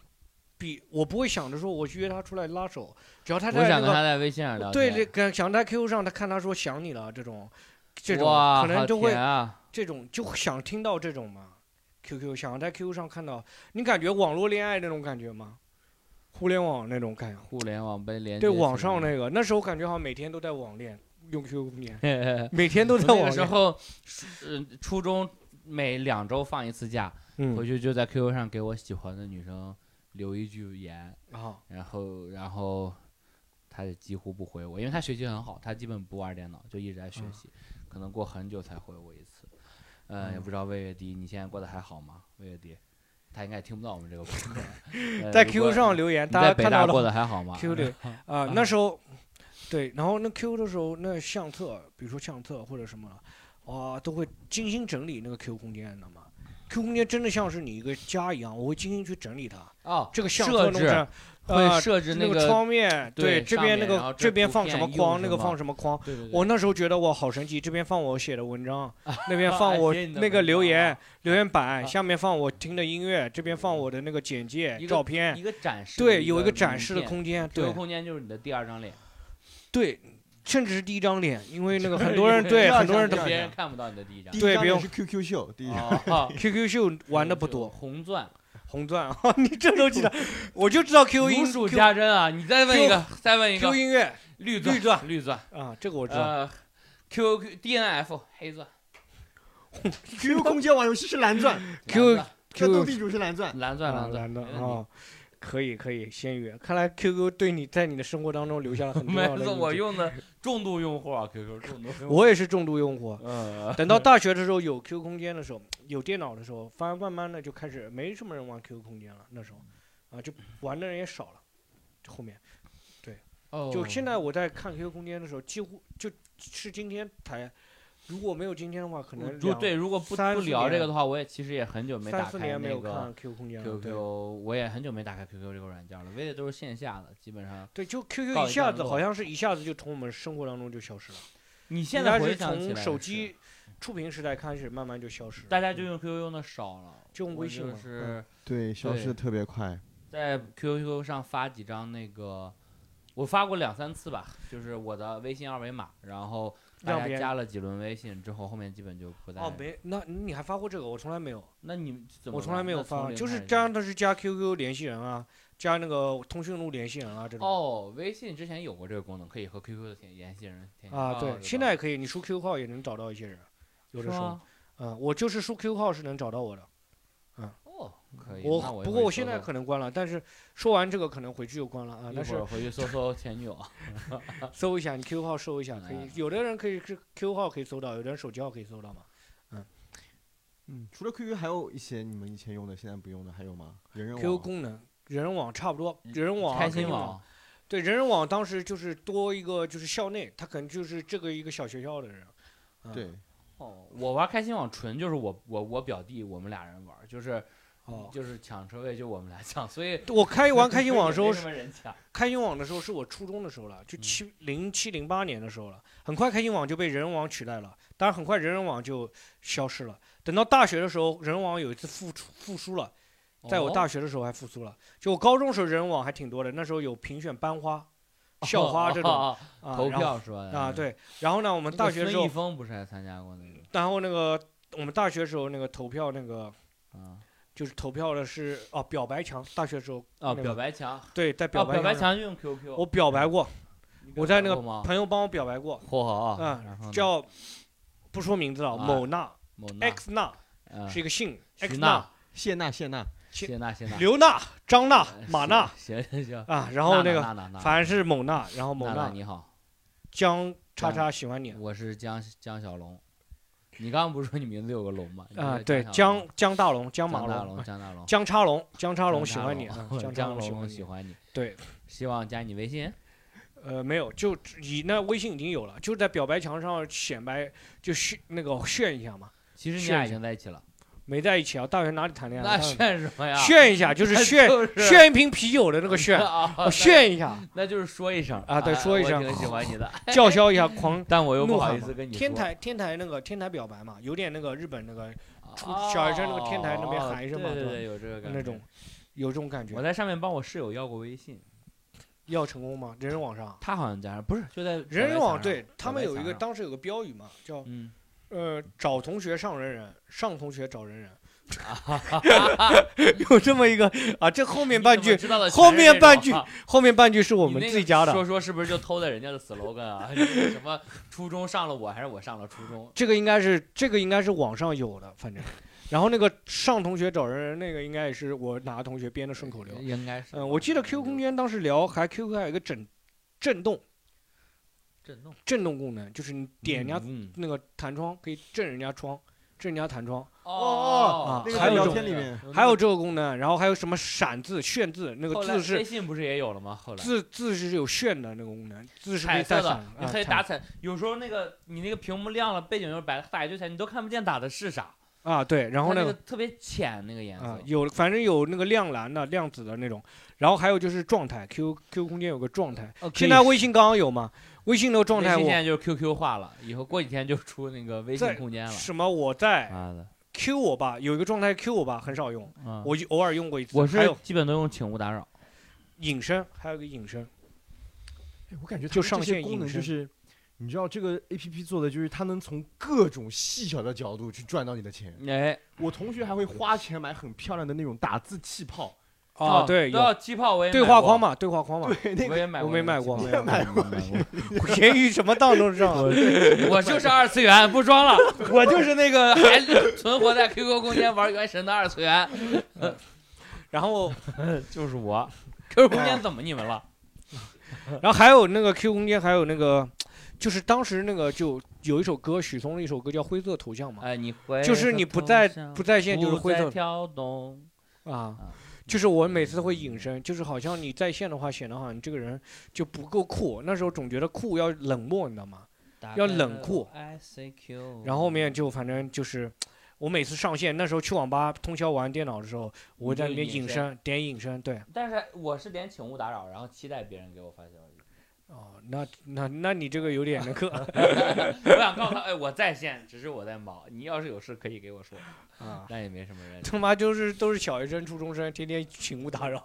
Speaker 1: 比我不会想着说我去约他出来拉手，只要他
Speaker 2: 我
Speaker 1: 在
Speaker 2: 想
Speaker 1: 那
Speaker 2: 跟他
Speaker 1: 个
Speaker 2: 在微信上聊
Speaker 1: 对
Speaker 2: 天。
Speaker 1: 这跟想在 QQ 上，他看他说想你了这种，这种
Speaker 2: 哇，
Speaker 1: 可能
Speaker 2: 好
Speaker 1: 就会
Speaker 2: 甜啊！
Speaker 1: 这种就想听到这种嘛，QQ 想在 QQ 上看到，你感觉网络恋爱那种感觉吗？互联网那种感觉，
Speaker 2: 互联网被连
Speaker 1: 对
Speaker 2: 接
Speaker 1: 网
Speaker 2: 起
Speaker 1: 上
Speaker 2: 来
Speaker 1: 那个，那时候感觉好像每天都在网恋，用 QQ 恋，
Speaker 2: 了
Speaker 1: 每天都在
Speaker 2: 那
Speaker 1: 网
Speaker 2: 个时
Speaker 1: 恋。
Speaker 2: 候，嗯、初中每两周放一次假，回
Speaker 1: 嗯，
Speaker 2: 去就在 QQ 上给我喜欢的女生留一句言，
Speaker 1: 啊，
Speaker 2: 然后然后她就几乎不回我，因为她学习很好，她基本不玩电脑，就一直在学
Speaker 1: 嗯
Speaker 2: 习，可能过很久才回我一次。呃，也
Speaker 1: 嗯
Speaker 2: 不知道魏月迪你现在过得还好吗？魏月迪，她应该也听不到我们这个播客 呃。
Speaker 1: 在
Speaker 2: 如
Speaker 1: QQ
Speaker 2: 果
Speaker 1: 上留言，
Speaker 2: 你
Speaker 1: 大
Speaker 2: 在
Speaker 1: 家
Speaker 2: 北
Speaker 1: 看到
Speaker 2: 大过
Speaker 1: 了
Speaker 2: 得还好吗
Speaker 1: QQ 里 啊，那时候对，然后那 QQ 的时候，那相册，比如说相册或者什么，哇，都会精心整理那个 QQ 空间，你知道吗？QQ 空间真的像是你一个家一样，我会精心去整理它。
Speaker 2: 哦，
Speaker 1: 这个相册
Speaker 2: 设
Speaker 1: 弄成
Speaker 2: 置
Speaker 1: 呃
Speaker 2: 会设置
Speaker 1: 那
Speaker 2: 个
Speaker 1: 窗面，
Speaker 2: 对
Speaker 1: 这
Speaker 2: 上
Speaker 1: 边那
Speaker 2: 面然后
Speaker 1: 个
Speaker 2: 这
Speaker 1: 这边
Speaker 2: 图
Speaker 1: 放什么
Speaker 2: 片用
Speaker 1: 框，那
Speaker 2: 什
Speaker 1: 个
Speaker 2: 么
Speaker 1: 放什么框。
Speaker 2: 对对对，
Speaker 1: 我那时候觉得哇，好神奇！这边放我写的文 章，那边放
Speaker 2: 哎
Speaker 1: 我
Speaker 2: 写你的
Speaker 1: 那个
Speaker 2: 文
Speaker 1: 留
Speaker 2: 章
Speaker 1: 言
Speaker 2: 啊
Speaker 1: 留言
Speaker 2: 啊
Speaker 1: 板，下面放我听的音乐，这边放我的那个简介
Speaker 2: 一个
Speaker 1: 照片
Speaker 2: 一。个展示的，
Speaker 1: 对，有
Speaker 2: 有
Speaker 1: 一个展示的空间，
Speaker 2: 这个
Speaker 1: 对
Speaker 2: 空间就是你的第二张脸，
Speaker 1: 对，甚至是第一张脸，因为那个很多 人对
Speaker 3: 第二
Speaker 1: 很多
Speaker 3: 张
Speaker 1: 人
Speaker 3: 第
Speaker 1: 都
Speaker 3: 二
Speaker 2: 别
Speaker 3: 张
Speaker 2: 人看不到你的第一张
Speaker 3: 第。
Speaker 1: 对
Speaker 3: 一张
Speaker 1: 不
Speaker 3: 脸
Speaker 1: 用啊
Speaker 3: 是 QQ 秀，第一张
Speaker 2: 哦
Speaker 1: QQ 秀 玩的不
Speaker 2: 这个
Speaker 1: 多，
Speaker 2: 红钻
Speaker 1: 红钻 啊，你这都记得，我就知道 QQ
Speaker 2: 如
Speaker 1: 音
Speaker 2: 数
Speaker 1: QQ
Speaker 2: 家珍啊！你再问一个，再问一个
Speaker 1: QQ 音乐
Speaker 2: 绿
Speaker 1: 绿钻
Speaker 2: 绿钻，
Speaker 1: 啊，这个我知道。
Speaker 2: 呃，QQ DNF 黑钻
Speaker 3: ，QQ 空间玩游戏是蓝钻，
Speaker 1: Q-
Speaker 2: 蓝
Speaker 1: Q
Speaker 3: 战斗地主是蓝钻，
Speaker 2: 钻蓝钻蓝
Speaker 1: 蓝
Speaker 2: 钻
Speaker 1: 的
Speaker 2: 没问题
Speaker 1: 啊，可以可以，先约。看来 QQ 对你在你的生活当中留下了很重要
Speaker 2: 没
Speaker 1: 的
Speaker 2: 错，
Speaker 1: 印
Speaker 2: 我
Speaker 1: 记
Speaker 2: 用的重度用户啊，QQ 重度用户。
Speaker 1: 我也是重度用户。
Speaker 2: 呃，
Speaker 1: 等到大学的时候有 QQ 空间的时候，有电脑的时候，发现慢慢的就开始没什么人玩 QQ 空间了。那时候，啊，就玩的人也少了。后面
Speaker 2: 哦
Speaker 1: 就现在我在看 QQ 空间的时候，几乎就是今天才，如果没有今天的话，可能
Speaker 2: 如
Speaker 1: 两
Speaker 2: 对，如果不
Speaker 1: 三
Speaker 2: 不
Speaker 1: 四
Speaker 2: 聊这
Speaker 1: 年
Speaker 2: 个的话，我也其实也很久没
Speaker 1: 三
Speaker 2: 打
Speaker 1: 四
Speaker 2: 开
Speaker 1: 年没
Speaker 2: 那
Speaker 1: 有
Speaker 2: 个
Speaker 1: 看 QQ 空间了。
Speaker 2: QQ，
Speaker 1: 对
Speaker 2: 我也很久没打开 QQ 这个软件了，为的都是线下的，基本上。
Speaker 1: 对，就
Speaker 2: 告
Speaker 1: QQ 一
Speaker 2: 一
Speaker 1: 下
Speaker 2: 段
Speaker 1: 子
Speaker 2: 落
Speaker 1: 好像是一下子就从我们生活当中就消失了。
Speaker 2: 你现
Speaker 1: 应该
Speaker 2: 在
Speaker 1: 是
Speaker 2: 回想起
Speaker 1: 从
Speaker 2: 来
Speaker 1: 手
Speaker 2: 是
Speaker 1: 机触屏时代开始慢慢就消失了，
Speaker 2: 大家就用 QQ 用的少了，
Speaker 1: 就用
Speaker 2: 我
Speaker 1: 微信嗯
Speaker 2: 就
Speaker 1: 嘛
Speaker 2: 是
Speaker 3: 对，消失的特别快。
Speaker 2: 在 QQ 上发几张那个，我发过两三次吧，就是我的微信二维码，然后
Speaker 1: 让
Speaker 2: 大
Speaker 1: 别人
Speaker 2: 家加了几轮微信之后，后面基本就不再。
Speaker 1: 哦，没，那你还发过这个？我从来没有，
Speaker 2: 那你怎么
Speaker 1: 我从来没有发，
Speaker 2: 那从零
Speaker 1: 就是
Speaker 2: 开始
Speaker 1: 加的是加 QQ 联系人啊，加那个通讯录联系人啊这种。
Speaker 2: 哦，微信之前有过这个功能，可以和 QQ 的联联系人添加
Speaker 1: 啊，
Speaker 2: 哦
Speaker 1: 对，
Speaker 2: 知
Speaker 1: 现
Speaker 2: 道
Speaker 1: 在
Speaker 2: 了
Speaker 1: 可以，你输 QQ 号也能找到一些人，有的时
Speaker 2: 是
Speaker 1: 候
Speaker 2: 吗，
Speaker 1: 嗯，我就是输 QQ 号是能找到我的。
Speaker 2: 哦，可以。
Speaker 1: 我
Speaker 2: 那我
Speaker 1: 不
Speaker 2: 一
Speaker 1: 过
Speaker 2: 会
Speaker 1: 我
Speaker 2: 儿
Speaker 1: 现
Speaker 2: 搜
Speaker 1: 在
Speaker 2: 搜
Speaker 1: 可能关了，但是说完这个可能回去就关了啊。
Speaker 2: 一
Speaker 1: 但
Speaker 2: 会
Speaker 1: 是
Speaker 2: 儿回去搜搜前女友，啊
Speaker 1: 搜一下，你 QQ 号搜一下可以
Speaker 2: 哎，
Speaker 1: 有的人可以是 QQ 号可以搜到，有的人手机号可以搜到嘛。
Speaker 3: 嗯，除了 QQ 还有一些你们以前用的，现在不用的还有吗？人人
Speaker 1: QQ
Speaker 3: 网
Speaker 1: 功能，人人网差不多，人人网啊
Speaker 2: 嗯开
Speaker 1: 肯
Speaker 2: 心
Speaker 1: 定
Speaker 2: 网。
Speaker 1: 对，人人网当时就是多一个，就是校内，他可能就是这个一个小学校的人。嗯、
Speaker 3: 对，
Speaker 2: 哦，我玩开心网纯就是我我我表弟我们俩人玩儿，就是
Speaker 1: 哦，
Speaker 2: 就是抢车位就我们俩抢，所以
Speaker 1: 我开玩 开心网的时候
Speaker 2: 没
Speaker 1: 是
Speaker 2: 什么人抢，
Speaker 1: 开心网的时候是我初中的时候了，就七零七零八年的时候了。很快开心网就被人人网取代了，当然很快人人网就消失了。等到大学的时候，人人网有一次复出复苏了，在
Speaker 2: 哦
Speaker 1: 我大学的时候还复苏了。就我高中时候人人网还挺多的，那时候有评选班花、校花这种
Speaker 2: 哦哦哦
Speaker 1: 啊
Speaker 2: 投
Speaker 1: 然后
Speaker 2: 票说的
Speaker 1: 啊。对，然后呢，我
Speaker 2: 我
Speaker 1: 们大学的时
Speaker 2: 孙
Speaker 1: 候
Speaker 2: 一，峰不是还参加过那个
Speaker 1: 然后那个我们大学时候那个投票那个。
Speaker 2: 啊
Speaker 1: 就是投票的是哦，表白墙，大学时候那
Speaker 2: 啊
Speaker 1: 个
Speaker 2: 表白墙啊
Speaker 1: 对，在
Speaker 2: 表
Speaker 1: 白
Speaker 2: 白
Speaker 1: 墙上，
Speaker 2: 墙就用 QQ，
Speaker 1: 我表白过，
Speaker 2: 你
Speaker 1: 我在那
Speaker 2: 表
Speaker 1: 个
Speaker 2: 白过吗
Speaker 1: 朋友帮我表白过，
Speaker 2: 嚯啊，
Speaker 1: 嗯
Speaker 2: 然后呢
Speaker 1: 叫不说名字了，
Speaker 2: 啊
Speaker 1: 某娜
Speaker 2: 某娜
Speaker 1: X 娜
Speaker 2: 嗯
Speaker 1: 是一个姓
Speaker 2: 徐
Speaker 1: ，X
Speaker 2: 娜
Speaker 1: 娜、
Speaker 3: 谢娜谢娜，
Speaker 2: 谢娜谢 娜
Speaker 1: 刘娜、张娜
Speaker 2: 呃、
Speaker 1: 马
Speaker 2: 行
Speaker 1: 娜
Speaker 2: 行行行，
Speaker 1: 啊，然后那个
Speaker 2: 娜娜娜娜
Speaker 1: 反正是某娜，然后某
Speaker 2: 娜娜
Speaker 1: 娜
Speaker 2: 你好，
Speaker 1: 江叉叉喜欢你
Speaker 2: 我是江江小龙，你刚刚不是说你名字有个龙吗？你
Speaker 1: 啊，
Speaker 2: 是
Speaker 1: 对
Speaker 2: 小龙
Speaker 1: 江江大龙、江马
Speaker 2: 江大
Speaker 1: 龙
Speaker 2: 龙、、江大龙、
Speaker 1: 江叉龙、江叉
Speaker 2: 江
Speaker 1: 龙
Speaker 2: 大
Speaker 1: 喜欢你，
Speaker 2: 龙
Speaker 1: 嗯叉
Speaker 2: 江
Speaker 1: 龙喜欢
Speaker 2: 龙
Speaker 1: 你
Speaker 2: 喜，欢你，
Speaker 1: 对，
Speaker 2: 希望加你微信。
Speaker 1: 呃，没有，就只以那微信已经有了，就在表白墙上显摆，就炫那个炫一下嘛。
Speaker 2: 其实你
Speaker 1: 炫
Speaker 2: 俩
Speaker 1: 一
Speaker 2: 已经在一起了，
Speaker 1: 没在一起啊，大学哪里谈恋爱
Speaker 2: 那
Speaker 1: 啊？当然
Speaker 2: 炫什么呀？
Speaker 1: 炫一下，就是炫
Speaker 2: 就是
Speaker 1: 炫一瓶啤酒的那个 炫，
Speaker 2: 啊
Speaker 1: 哦，炫一 下，
Speaker 2: 那就是说一声哎
Speaker 1: 啊对说一声
Speaker 2: 我挺喜欢 你的，
Speaker 1: 叫嚣一下，狂
Speaker 2: 但我又
Speaker 1: 怒
Speaker 2: 不好
Speaker 1: 喊
Speaker 2: 意
Speaker 1: 嘛
Speaker 2: 思跟你说。
Speaker 1: 天台天台那个天台表白嘛，有点那个日本那个
Speaker 2: 啊
Speaker 1: 出小学生那个天台那边喊一声嘛
Speaker 2: 哦
Speaker 1: 对
Speaker 2: 对
Speaker 1: 吧
Speaker 2: 对，有这个感觉
Speaker 1: 那种。有这种感觉
Speaker 2: 我。在上面帮我室友要过微信，
Speaker 1: 要成功吗？人人网上，
Speaker 2: 他好像加上，不是就在啊
Speaker 1: 人人网对
Speaker 2: 小白墙上
Speaker 1: 他们有一个，
Speaker 2: 小白墙上
Speaker 1: 当时有个标语嘛，叫
Speaker 2: 嗯，
Speaker 1: 呃找同学上人人，上同学找人人，
Speaker 2: 啊
Speaker 1: 有这么一个啊。这后面半
Speaker 2: 你
Speaker 1: 句
Speaker 2: 怎么知道的
Speaker 1: 后面
Speaker 2: 全是这
Speaker 1: 半
Speaker 2: 种
Speaker 1: 句
Speaker 2: 啊
Speaker 1: 后面半句是我
Speaker 2: 你
Speaker 1: 们
Speaker 2: 那
Speaker 1: 自己
Speaker 2: 个
Speaker 1: 加的，
Speaker 2: 说说是不是就偷的人家的 slogan 啊？ 什么初中上了我，还是我上了初中？
Speaker 1: 这个应该是这个应该是网上有的，反正。然后那个上同学找人，那个应该也是我哪个同学编的顺口溜。
Speaker 2: 应该是吧。
Speaker 1: 嗯，我记得 QQ 空间当时聊，还 QQ 还有一个震震动
Speaker 2: 震动，
Speaker 1: 震动功能，就是你点人家
Speaker 2: 嗯
Speaker 1: 那个弹窗，可以震人家窗，震人家弹窗。啊
Speaker 2: 哦
Speaker 3: 那个
Speaker 1: 还
Speaker 3: 在
Speaker 1: 有
Speaker 3: 聊
Speaker 1: 这
Speaker 3: 天
Speaker 1: 种
Speaker 3: 里面，
Speaker 1: 还有这个功能，然后还有什么闪字、炫字，那个
Speaker 2: 嗯后来
Speaker 1: 字
Speaker 2: 微
Speaker 1: 是
Speaker 2: 信不是也有了吗？后来
Speaker 1: 字字是有炫的那个功能，字是可以
Speaker 2: 彩
Speaker 1: 带
Speaker 2: 色
Speaker 1: 闪
Speaker 2: 的，你
Speaker 1: 啊
Speaker 2: 可以
Speaker 1: 彩
Speaker 2: 打彩，有时候那个你那个屏幕亮了，背景又是白的，打一堆彩你都看不见打的是啥。
Speaker 1: 啊对，然后
Speaker 2: 它
Speaker 1: 那
Speaker 2: 那个
Speaker 1: 个
Speaker 2: 特别浅那个颜
Speaker 1: 啊
Speaker 2: 色，
Speaker 1: 有反正有那个亮蓝的、亮紫的那种，然后还有就是状态，Q Q 空间有个状态。
Speaker 2: 哦可以
Speaker 1: 现在微信刚刚有嘛？微信那个状态
Speaker 2: 微信现
Speaker 1: 我
Speaker 2: 在就是 QQ 化了，以后过几天就出那个微信
Speaker 1: 在
Speaker 2: 空间了。
Speaker 1: 什么我在
Speaker 2: 妈的，
Speaker 1: Q 我吧，有一个状态 Q 我吧，很少用，
Speaker 2: 嗯
Speaker 1: 我就偶尔用过一次。还
Speaker 2: 我是
Speaker 1: 有
Speaker 2: 基本都用请勿打扰。
Speaker 1: 隐身，还有一个隐身，
Speaker 3: 哎我感觉它
Speaker 1: 就
Speaker 3: 们
Speaker 1: 上
Speaker 3: 这些
Speaker 1: 线
Speaker 3: 功
Speaker 1: 隐
Speaker 3: 能就
Speaker 1: 身
Speaker 3: 是，你知道这个 A P P 做的就是它能从各种细小的角度去赚到你的钱。
Speaker 2: 哎，
Speaker 3: 我同学还会花钱买很漂亮的那种打字气泡，
Speaker 1: 啊，
Speaker 2: 哦
Speaker 1: 对，
Speaker 2: 都
Speaker 1: 有
Speaker 2: 要气泡我也
Speaker 1: 对
Speaker 2: 买
Speaker 1: 话
Speaker 2: 过
Speaker 1: 框，嘛，对话框嘛，
Speaker 3: 对，那
Speaker 2: 我
Speaker 3: 个
Speaker 2: 也买过，
Speaker 1: 我没买过
Speaker 2: 哦我也买过，买过
Speaker 1: 闲鱼什么当都上了。
Speaker 2: 我就是二次元，不装了，我就是那个还存活在 QQ 空间玩原神的二次元，
Speaker 1: 然后，
Speaker 2: 就是我。QQ 空间怎么你们了？
Speaker 1: 然后还有那个 Q 空间，还有那个，就是当时那个就有一首歌，许嵩的一首歌叫《灰色头像》嘛，
Speaker 2: 哎，你回
Speaker 1: 就是你不在不在线就是灰色
Speaker 2: 跳动，
Speaker 1: 啊
Speaker 2: 啊，
Speaker 1: 就是我每次会隐身，就是好像你在线的话，显得好像你这个人就不够酷。那时候总觉得酷要冷漠，你知道吗？要冷酷。然后后
Speaker 2: 哦
Speaker 1: 面就反正就是，我每次上线，那时候去网吧通宵玩电脑的时候，我会在里面
Speaker 2: 你就隐
Speaker 1: 隐身，点隐身，对。
Speaker 2: 但是我是点请勿打扰，然后期待别人给我发消息。
Speaker 1: 哦，那那那你这个有点那 个
Speaker 2: 我想告诉他，哎，我在线，只是我在忙。你要是有事可以给我说，
Speaker 1: 啊，
Speaker 2: 但也没什么 人。
Speaker 1: 他妈就是都是小学生、初中生，天天请勿打扰，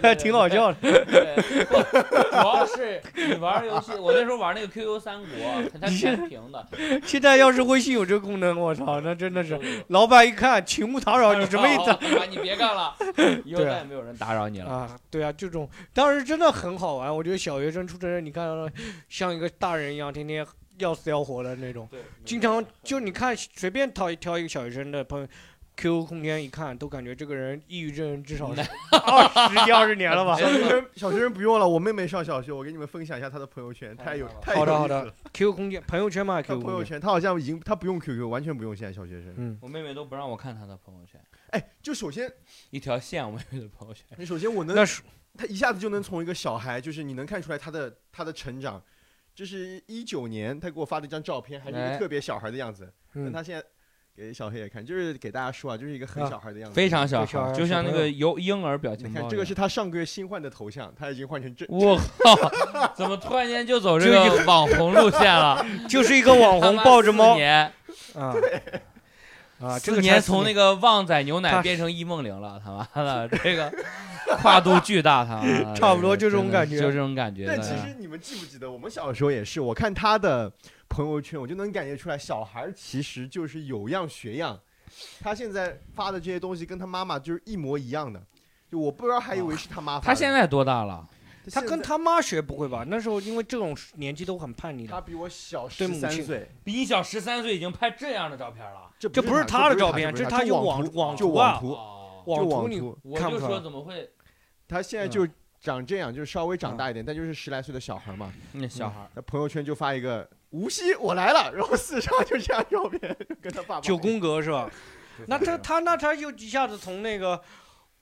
Speaker 2: 对
Speaker 1: 挺好笑的。
Speaker 2: 对，不主要是你玩游戏，我那时候玩那个 QQ 三国，它全屏的，
Speaker 1: 现在要是微信有这功能，我操，那真的
Speaker 2: 都
Speaker 1: 是
Speaker 2: 有
Speaker 1: 老板一看请勿打扰，哦你什么意思？
Speaker 2: 啊？你别干了，以后
Speaker 1: 对啊
Speaker 2: 再也没有人打扰你了。
Speaker 1: 啊，对啊，这种当时真的很好玩。我觉得小学生、初中生，你看到像一个大人一样，天天要死要活的那种。
Speaker 2: 对，
Speaker 1: 经常就你看随便挑一挑一个小学生的朋友 QQ 空间一看，都感觉这个人抑郁症至 少是二十一二十年了吧
Speaker 2: 哎
Speaker 3: 小学生小学生不用了，我妹妹上小学，我给你们分享一下她的朋友圈，
Speaker 2: 太
Speaker 3: 太有
Speaker 2: 棒了
Speaker 3: 太
Speaker 1: 好
Speaker 3: 有
Speaker 1: 的
Speaker 3: 意
Speaker 1: 好
Speaker 3: 思
Speaker 1: 的
Speaker 3: 了。
Speaker 1: ？QQ 空间朋友圈嘛
Speaker 3: 她
Speaker 1: ，QQ
Speaker 3: 啊朋友
Speaker 1: 空间，
Speaker 3: 圈，她好像已经她不用 QQ，完全不用现在小学生。
Speaker 1: 嗯，
Speaker 2: 我妹妹都不让我看她的朋友圈，
Speaker 3: 哎，就首先
Speaker 2: 一条线我妹妹的朋友圈。
Speaker 3: 你首先我能
Speaker 1: 那是
Speaker 3: 他一下子就能从一个小孩，就是你能看出来他的他的成长。就是一九年，他给我发了一张照片，还是一
Speaker 2: 哎
Speaker 3: 个特别小孩的样子。但
Speaker 1: 嗯
Speaker 3: 他现在给小黑也看，就是给大家说啊，就是一个很
Speaker 1: 啊
Speaker 3: 小孩的样子。
Speaker 2: 非常小
Speaker 1: 这小
Speaker 2: 孩
Speaker 1: 孩
Speaker 2: 儿，就像那
Speaker 1: 小朋
Speaker 2: 个由婴儿表情
Speaker 3: 你
Speaker 2: 包一
Speaker 3: 看，
Speaker 2: 样。
Speaker 3: 这个是他上个月新换的头像，他已经换成这。
Speaker 2: 我靠， 怎么突然间就走这
Speaker 1: 就
Speaker 2: 个网红路线了？
Speaker 1: 就是一个网
Speaker 2: 他
Speaker 1: 红
Speaker 2: 妈
Speaker 1: 抱着
Speaker 2: 四
Speaker 1: 猫
Speaker 2: 年
Speaker 1: 啊啊，这
Speaker 2: 四
Speaker 1: 个
Speaker 2: 年
Speaker 1: 才
Speaker 2: 从那
Speaker 1: 个
Speaker 2: 个旺仔牛奶
Speaker 1: 他
Speaker 2: 变成易梦玲了，他妈 的，这个跨度巨大，他妈的
Speaker 1: 差不多就这种
Speaker 2: 真的
Speaker 1: 感
Speaker 2: 是
Speaker 1: 觉
Speaker 2: 就这种感觉。
Speaker 3: 但
Speaker 2: 对啊
Speaker 3: 其实你们记不记得，我们小时候也是，我看他的朋友圈，我就能感觉出来，小孩其实就是有样学样。他现在发的这些东西跟他妈妈就是一模一样的，就我不知道还以为是他妈发的。
Speaker 2: 他现在多大了？
Speaker 1: 他
Speaker 3: 现
Speaker 1: 跟
Speaker 3: 在
Speaker 1: 他妈学不会吧？那时候因为这种年纪都很叛逆
Speaker 3: 他
Speaker 1: 的，
Speaker 3: 比我小
Speaker 1: 对
Speaker 3: 十
Speaker 1: 母
Speaker 3: 三
Speaker 1: 亲
Speaker 3: 岁，
Speaker 2: 比你小十三岁已经拍这样的照片了。
Speaker 3: 这
Speaker 1: 这不是他
Speaker 3: 他
Speaker 1: 的照片
Speaker 3: 这不
Speaker 1: 这他
Speaker 3: 就
Speaker 1: 有
Speaker 3: 网
Speaker 1: 网网
Speaker 3: 就
Speaker 1: 图
Speaker 3: 网
Speaker 1: 啊
Speaker 3: 图，
Speaker 2: 哦
Speaker 3: 就
Speaker 1: 网图
Speaker 3: 网
Speaker 1: 你嗯
Speaker 3: 图。
Speaker 2: 我
Speaker 1: 看不
Speaker 2: 就
Speaker 1: 出
Speaker 2: 说
Speaker 1: 来
Speaker 2: 怎么会
Speaker 3: 他现在就长这样，就是稍微
Speaker 1: 嗯
Speaker 3: 长大一点，但就是十来岁的小孩嘛。
Speaker 2: 那小孩儿？
Speaker 3: 那朋友圈就发一个无锡我来了， 然后四张就这样照片， 跟他爸爸
Speaker 1: 九宫格是吧？
Speaker 2: 嗯
Speaker 1: 那他他那他又一下子从那个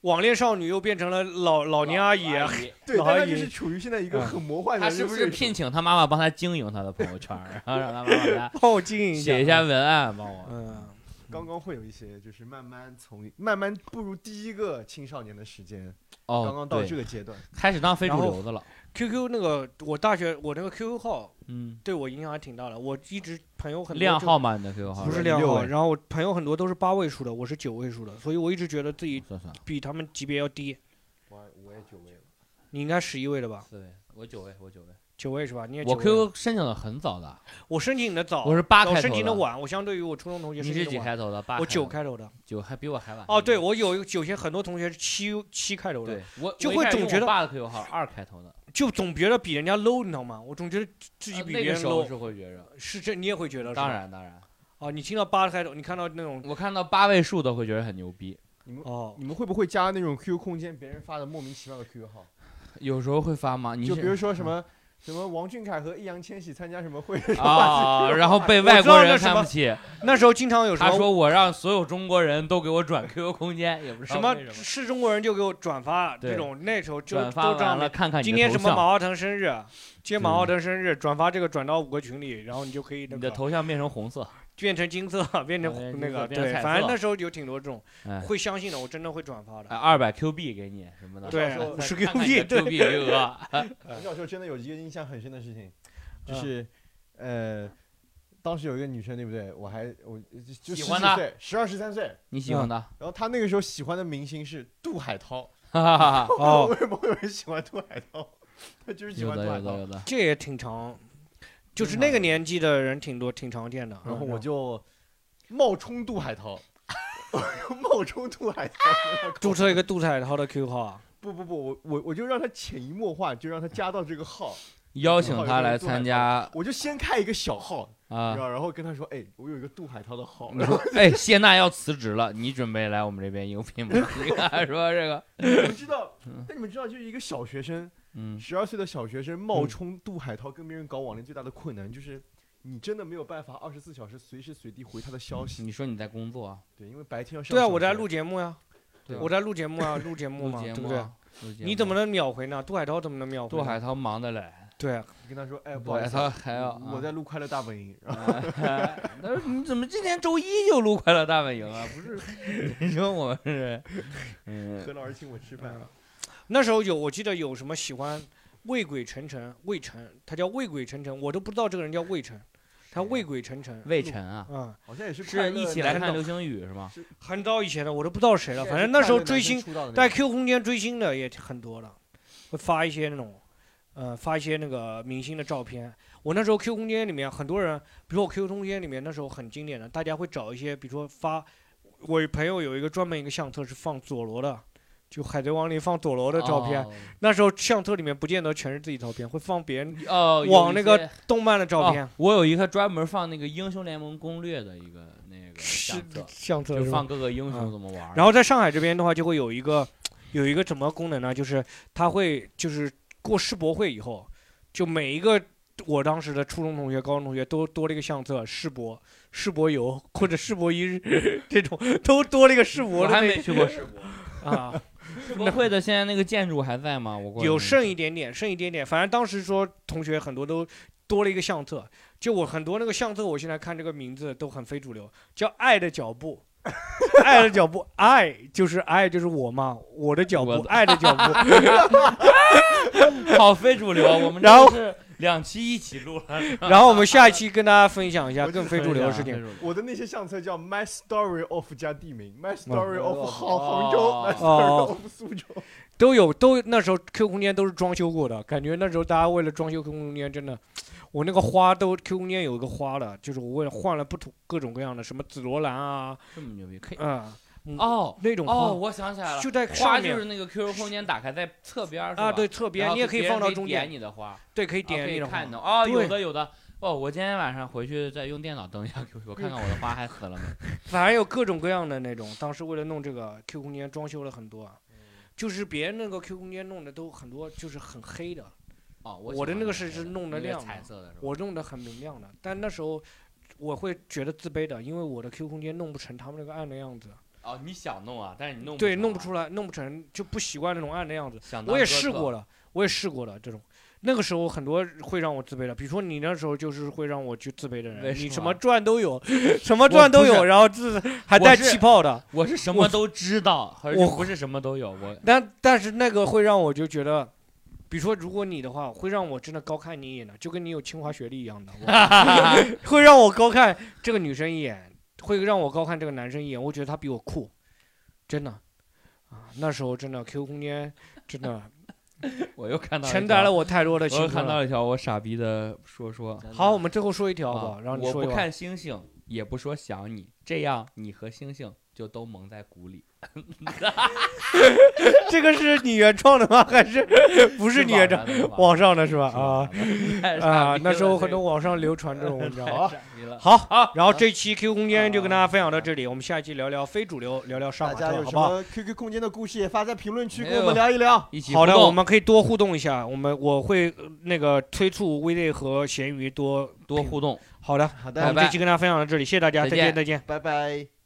Speaker 1: 网恋少女又变成了老老
Speaker 2: 老
Speaker 1: 年阿姨，啊
Speaker 2: 阿姨
Speaker 3: 对，
Speaker 1: 老
Speaker 3: 但
Speaker 1: 阿
Speaker 3: 他就
Speaker 1: 姨
Speaker 3: 是处于现在一个
Speaker 1: 嗯
Speaker 3: 很魔幻的
Speaker 2: 他
Speaker 3: 一
Speaker 2: 是
Speaker 3: 个岁数。
Speaker 2: 不是聘请他妈妈帮他经营他的朋友圈儿，然后让他妈妈 给他
Speaker 1: 帮我经营一下，
Speaker 2: 写一下文案帮我？
Speaker 1: 嗯，
Speaker 3: 刚刚会有一些，就是慢慢从慢慢步入第一个青少年的时间，
Speaker 2: 哦，
Speaker 3: 刚刚到
Speaker 2: 对
Speaker 3: 这个阶段，
Speaker 2: 开始当非
Speaker 1: 然
Speaker 2: 主
Speaker 1: 后
Speaker 2: 流的了。
Speaker 1: QQ 那个我大学我那个 QQ 号
Speaker 2: 嗯，
Speaker 1: 对我影响还挺大的，我一直朋友很多
Speaker 2: 靓
Speaker 1: 就
Speaker 2: 号吗？你的 QQ 号
Speaker 1: 不是
Speaker 3: 六
Speaker 1: 靓号，
Speaker 3: 位
Speaker 1: 然后我朋友很多都是八位数的，我是九位数的，所以我一直觉得自己
Speaker 2: 算算，
Speaker 1: 比他们级别要低。
Speaker 3: 我我也久违了，
Speaker 1: 你应该十一位的吧？
Speaker 2: 四位，我九位，我九位，
Speaker 1: 九位是吧？你也
Speaker 2: 我
Speaker 1: 九位啊
Speaker 2: QQ 申请的很早的，
Speaker 1: 我申请的早，
Speaker 2: 我是八
Speaker 1: 我
Speaker 2: 开
Speaker 1: 申
Speaker 2: 头
Speaker 1: 请的
Speaker 2: 的，
Speaker 1: 晚。我相对于我初中同学
Speaker 2: 你
Speaker 1: 申请
Speaker 2: 是几
Speaker 1: 的晚，
Speaker 2: 开头的？八，
Speaker 1: 我九，开头的。
Speaker 2: 九还比我还晚。
Speaker 1: 哦，对，我有有些很多同学是七七开头的
Speaker 2: 对，，我
Speaker 1: 就
Speaker 2: 我一
Speaker 1: 会
Speaker 2: 开始
Speaker 1: 总
Speaker 2: 用
Speaker 1: 觉
Speaker 2: 我
Speaker 1: 得
Speaker 2: 爸的 QQ 号二开头的，
Speaker 1: 就总觉得比人家 low，你知道吗？我总觉得自己
Speaker 2: 呃
Speaker 1: 比
Speaker 2: 那
Speaker 1: 别
Speaker 2: 个
Speaker 1: 人
Speaker 2: 时候
Speaker 1: low，
Speaker 2: 是会觉着，
Speaker 1: 是这你也会觉得？
Speaker 2: 当。然当然，
Speaker 1: 哦，你听到八开头，你看到那种
Speaker 2: 我看到八位数的会觉得很牛逼，嗯
Speaker 1: 哦，
Speaker 3: 你们会不会加那种 QQ 空间别人发的莫名其妙的 QQ 号？
Speaker 2: 有时候会发吗？你
Speaker 3: 就是比如说什么什么王俊凯和易烊千玺参加什么会，
Speaker 2: 啊，然后被
Speaker 1: 我
Speaker 2: 外
Speaker 1: 知道
Speaker 2: 国
Speaker 1: 那
Speaker 2: 人
Speaker 1: 什
Speaker 2: 看
Speaker 1: 么
Speaker 2: 不起，
Speaker 1: 那时候经常有什
Speaker 2: 他
Speaker 1: 么
Speaker 2: 说哦我让所有中国人都给我转 QQ 空间，也不知
Speaker 1: 什
Speaker 2: 道
Speaker 1: 么
Speaker 2: 为什么
Speaker 1: 是中国人就给我转发
Speaker 2: 对
Speaker 1: 这种，那时候就
Speaker 2: 转发
Speaker 1: 都这
Speaker 2: 完
Speaker 1: 样的。
Speaker 2: 了看看你
Speaker 1: 今
Speaker 2: 的
Speaker 1: 天
Speaker 2: 头
Speaker 1: 什么
Speaker 2: 像
Speaker 1: 马化腾生日，今天马化
Speaker 2: 对
Speaker 1: 腾生日，转发这个转到五个群里，然后你就可以那
Speaker 2: 你的
Speaker 1: 个
Speaker 2: 头像变成红色，
Speaker 1: 变成金色，变成
Speaker 2: 变
Speaker 1: 那
Speaker 2: 成金色
Speaker 1: 个
Speaker 2: 变成
Speaker 1: 对，
Speaker 2: 彩
Speaker 1: 反正
Speaker 2: 色
Speaker 1: 那时候有挺多这种
Speaker 2: 哎，啊
Speaker 1: 会相信的，我真的会转发的。
Speaker 2: 二百 Q 币给你什么的，
Speaker 1: 对
Speaker 3: 到时候，
Speaker 1: 五十
Speaker 2: 看看你
Speaker 1: Q B，
Speaker 2: 的
Speaker 1: 对
Speaker 2: Q 币 余额，哎
Speaker 3: 我小时候真的有一个印象很深的事情，就
Speaker 1: 嗯
Speaker 3: 是呃，当时有一个女生对不对？我还我就
Speaker 2: 喜
Speaker 3: 十
Speaker 2: 欢
Speaker 3: 几
Speaker 2: 她
Speaker 3: 岁，十二十三岁，
Speaker 2: 你喜欢的，
Speaker 3: 然后她那个时候喜欢的明星是杜海涛。
Speaker 2: 哈哈哈哈，
Speaker 1: 哦，
Speaker 3: 为什么会有人喜欢杜海涛？ 他就是喜
Speaker 2: 有
Speaker 3: 欢
Speaker 2: 的
Speaker 3: 杜海
Speaker 2: 有的
Speaker 3: 涛。
Speaker 2: 有的，
Speaker 1: 这也挺常，就是
Speaker 3: 经
Speaker 1: 那
Speaker 3: 常
Speaker 1: 个
Speaker 3: 有
Speaker 1: 年纪的人挺多，挺常见的。
Speaker 3: 然后我
Speaker 1: 嗯
Speaker 3: 就冒充杜海涛， 我就冒充杜海涛。
Speaker 1: 注册一个杜海涛的 QQ 号啊，
Speaker 3: 不不不，我我我就让他潜移默化，就让他加到这个号。
Speaker 2: 邀请他来参加
Speaker 3: 我就先开一个小号，
Speaker 2: 啊
Speaker 3: 然。后然后跟他说，哎，我有一个杜海涛 的号。
Speaker 2: 你说，哎，谢娜要辞职了，你准备来我们这边应聘吗？ 你看说这个，
Speaker 3: 你们知道，但你们知道，就是一个小学生，
Speaker 2: 嗯，
Speaker 3: 十二岁的小学生冒充杜海涛跟别人搞网恋，最大的困难就是。你真的没有办法二十四小时随时随地回他的消息，
Speaker 2: 你说你在工作嗯啊，
Speaker 3: 对，因为白天要上
Speaker 1: 对啊，
Speaker 3: 小
Speaker 1: 我在
Speaker 3: 学
Speaker 1: 录节目呀
Speaker 2: 对，啊
Speaker 1: 我在录节目啊，录节目
Speaker 2: 录
Speaker 1: 嘛，
Speaker 2: 节
Speaker 1: 对
Speaker 2: 目
Speaker 1: 不对？
Speaker 2: 啊，录节目
Speaker 1: 你怎么能秒回呢？杜海涛怎么能秒回
Speaker 2: 杜
Speaker 1: 呢？
Speaker 2: 海涛忙得嘞，
Speaker 1: 对啊，
Speaker 3: 跟他说，哎，不
Speaker 2: 杜
Speaker 3: 好
Speaker 2: 海
Speaker 3: 意思
Speaker 2: 涛
Speaker 3: 啊，
Speaker 2: 还要
Speaker 3: 我我在录《快乐大本营》，然后
Speaker 2: 哎 他说你怎么今天周一就录快乐大本营 啊？不是，你说我们是，嗯，
Speaker 3: 何老师请我吃饭，
Speaker 1: 那时候有，我记得有什么喜欢魏鬼晨晨，魏晨，他叫魏鬼晨晨，我都不知道这个人叫魏晨，他魏鬼晨晨，
Speaker 2: 魏晨啊，
Speaker 1: 嗯，
Speaker 3: 好像也是快
Speaker 2: 是
Speaker 3: 乐
Speaker 2: 一起来
Speaker 3: 男
Speaker 2: 看
Speaker 3: 生
Speaker 2: 流星雨是吗？
Speaker 1: 很早以前的，我都不知道谁了，
Speaker 3: 应该
Speaker 1: 反
Speaker 3: 是
Speaker 1: 正那
Speaker 3: 快
Speaker 1: 时候
Speaker 3: 乐男
Speaker 1: 追
Speaker 3: 生
Speaker 1: 星，
Speaker 3: 出道的那
Speaker 1: 在
Speaker 3: 个
Speaker 1: Q 空间追星的也挺很多的，会发一些那种，呃，发一些那个明星的照片。我那时候 Q 空间里面很多人，比如说我 Q 空间里面那时候很经典的，大家会找一些，比如说发，我朋友有一个专门一个相册是放佐罗的，就《海贼王》里放佐罗的照片。
Speaker 2: 哦
Speaker 1: 那时候相册里面不见得全是自己照片，会放别人
Speaker 2: 哦，哦，有
Speaker 1: 往
Speaker 2: 一
Speaker 1: 那个
Speaker 2: 些
Speaker 1: 动漫的照片
Speaker 2: 哦，。我有一个专门放那个英雄联盟攻略的一个那个
Speaker 1: 是
Speaker 2: 相册，
Speaker 1: 相册
Speaker 2: 就是
Speaker 1: 吧
Speaker 2: 放各个英雄
Speaker 1: 嗯
Speaker 2: 怎么玩儿。
Speaker 1: 然后在上海这边的话，就会有一个有一个什么功能呢？就是它会就是过世博会以后，就每一个我当时的初中同学、高中同学都多了一个相册，世博、世博游或者世博一日 这种，都多了一个世博
Speaker 2: 我
Speaker 1: 的
Speaker 2: 还
Speaker 1: 那
Speaker 2: 没去过世博，
Speaker 1: 啊，
Speaker 2: 世博会的现在那个建筑还在吗？我过来
Speaker 1: 有
Speaker 2: 看看
Speaker 1: 剩一点点，剩一点点。反正当时说同学很多都多了一个相册，就我很多那个相册，我现在看这个名字都很非主流，叫《爱的脚 步》。爱的脚步，爱就是爱就是我嘛，我的脚
Speaker 2: 我
Speaker 1: 步，
Speaker 2: 的
Speaker 1: 爱的脚步，
Speaker 2: 好非主流，我们
Speaker 1: 然后
Speaker 2: 这是两期一起录了，
Speaker 1: 然后我们下一期跟大家分享一下更非主流的事
Speaker 2: 非
Speaker 1: 情。
Speaker 2: 主流。
Speaker 3: 我的那些相册叫 My Story of 加地名，My
Speaker 2: 嗯
Speaker 3: Story of 好
Speaker 2: 哦
Speaker 3: 杭州，My Story
Speaker 1: 哦
Speaker 3: of 苏州。
Speaker 1: 都有都那时候 Q 空间都是装修过的，感觉那时候大家为了装修 Q 空间，真的，我那个花都 Q 空间有一个花了，就是我为了换了不同各种各样的，什么紫罗兰啊，
Speaker 2: 这么牛逼，可以
Speaker 1: 嗯，
Speaker 2: 哦
Speaker 1: 那种
Speaker 2: 哎哦，
Speaker 1: 花
Speaker 2: 我想起来了
Speaker 1: 就。在
Speaker 2: 花
Speaker 1: 上
Speaker 2: 就
Speaker 1: 面
Speaker 2: 是那个 QQ 空间打开在侧边儿是
Speaker 1: 啊，
Speaker 2: 吧
Speaker 1: 对，侧
Speaker 2: 然
Speaker 1: 边
Speaker 2: 后
Speaker 1: 你也可以
Speaker 2: 别人
Speaker 1: 放到中
Speaker 2: 点
Speaker 1: 间，
Speaker 2: 你的花，
Speaker 1: 对，可以
Speaker 2: 啊
Speaker 1: 点
Speaker 2: 可
Speaker 1: 那
Speaker 2: 以
Speaker 1: 种花
Speaker 2: 看。到哦，有
Speaker 1: 对
Speaker 2: 的有的。哦，我今天晚上回去再用电脑登一下 QQ，看看我的花还死了没。
Speaker 1: 反正有各种各样的那种。当时为了弄这个 Q 空间，装修了很多啊，
Speaker 2: 嗯
Speaker 1: 就是别人那个 Q 空间弄的都很多，就是很黑的。
Speaker 2: 哦，
Speaker 1: 我
Speaker 2: 我喜
Speaker 1: 的
Speaker 2: 欢
Speaker 1: 那个
Speaker 2: 这
Speaker 1: 是是弄
Speaker 2: 因
Speaker 1: 得
Speaker 2: 为
Speaker 1: 亮
Speaker 2: 彩
Speaker 1: 的
Speaker 2: 色的是吧？
Speaker 1: 我弄得很明亮的，但那时候我会觉得自卑的，因为我的 Q 空间弄不成他们那个暗的样子，
Speaker 2: 哦，你想弄啊，但是你弄
Speaker 1: 对，
Speaker 2: 成
Speaker 1: 弄
Speaker 2: 啊
Speaker 1: 不出来，弄不成就不习惯那种暗的样子。
Speaker 2: 想当
Speaker 1: 我也
Speaker 2: 哥
Speaker 1: 试
Speaker 2: 特
Speaker 1: 过了，我也试过了这种。那个时候很多会让我自卑的，比如说你那时候就是会让我去自卑的
Speaker 2: 为
Speaker 1: 人，
Speaker 2: 什
Speaker 1: 你什
Speaker 2: 么
Speaker 1: 么钻都有， 什么钻都
Speaker 2: 不
Speaker 1: 有，
Speaker 2: 是
Speaker 1: 然后自还
Speaker 2: 我
Speaker 1: 带
Speaker 2: 是
Speaker 1: 气泡的，
Speaker 2: 我是什
Speaker 1: 我
Speaker 2: 么都知道，而且
Speaker 1: 我
Speaker 2: 不是什么都有。 我
Speaker 1: 但但是那个会让我就觉得，比如说如果你的话，会让我真的高看你一眼的，就跟你有清华学历一样的，我会让我高看这个女生一眼，会让我高看这个男生一眼，我觉得他比我酷，真的。啊，那时候真的 QQ 空间真 的
Speaker 2: 我又看到一
Speaker 1: 承
Speaker 2: 条
Speaker 1: 载了我太多的
Speaker 2: 我
Speaker 1: 青
Speaker 2: 又
Speaker 1: 春
Speaker 2: 看到
Speaker 1: 了。
Speaker 2: 了一条我傻逼的说说，
Speaker 1: 好，我们最后说一条
Speaker 2: 啊
Speaker 1: 吧，然后你
Speaker 2: 我
Speaker 1: 说一
Speaker 2: 不
Speaker 1: 吧。
Speaker 2: 看 星星，也不说想你，这样你和星星就都蒙在鼓里。
Speaker 1: 这个是你原创的吗？还是不是你原创？
Speaker 2: 哇
Speaker 1: 网上的是吧？
Speaker 2: 啊
Speaker 1: 啊啊，那时候很多网上流传这种文章。
Speaker 2: 好
Speaker 1: 啊。好，
Speaker 2: 好，
Speaker 1: 然后这期 QQ 空间就跟大家分享到这里，我们下一期聊聊非主流，聊聊上
Speaker 3: 大
Speaker 1: 网课，
Speaker 3: 家有
Speaker 1: 好
Speaker 3: 什
Speaker 1: 不好？
Speaker 3: 么 QQ 空间的故事也发在评论区
Speaker 2: 没
Speaker 3: 跟我
Speaker 2: 有
Speaker 3: 们聊一聊。
Speaker 2: 一起
Speaker 1: 好的，
Speaker 2: 互动
Speaker 1: 我们可以多互动一下，我们我会呃那个催促微队和咸鱼多
Speaker 2: 多互动。
Speaker 1: 好的，
Speaker 3: 好
Speaker 1: 那我
Speaker 3: 的，
Speaker 1: 们这期跟大家分享到这里，谢谢大家，再
Speaker 2: 再
Speaker 1: 见
Speaker 2: 见
Speaker 1: 再见。
Speaker 3: 拜拜。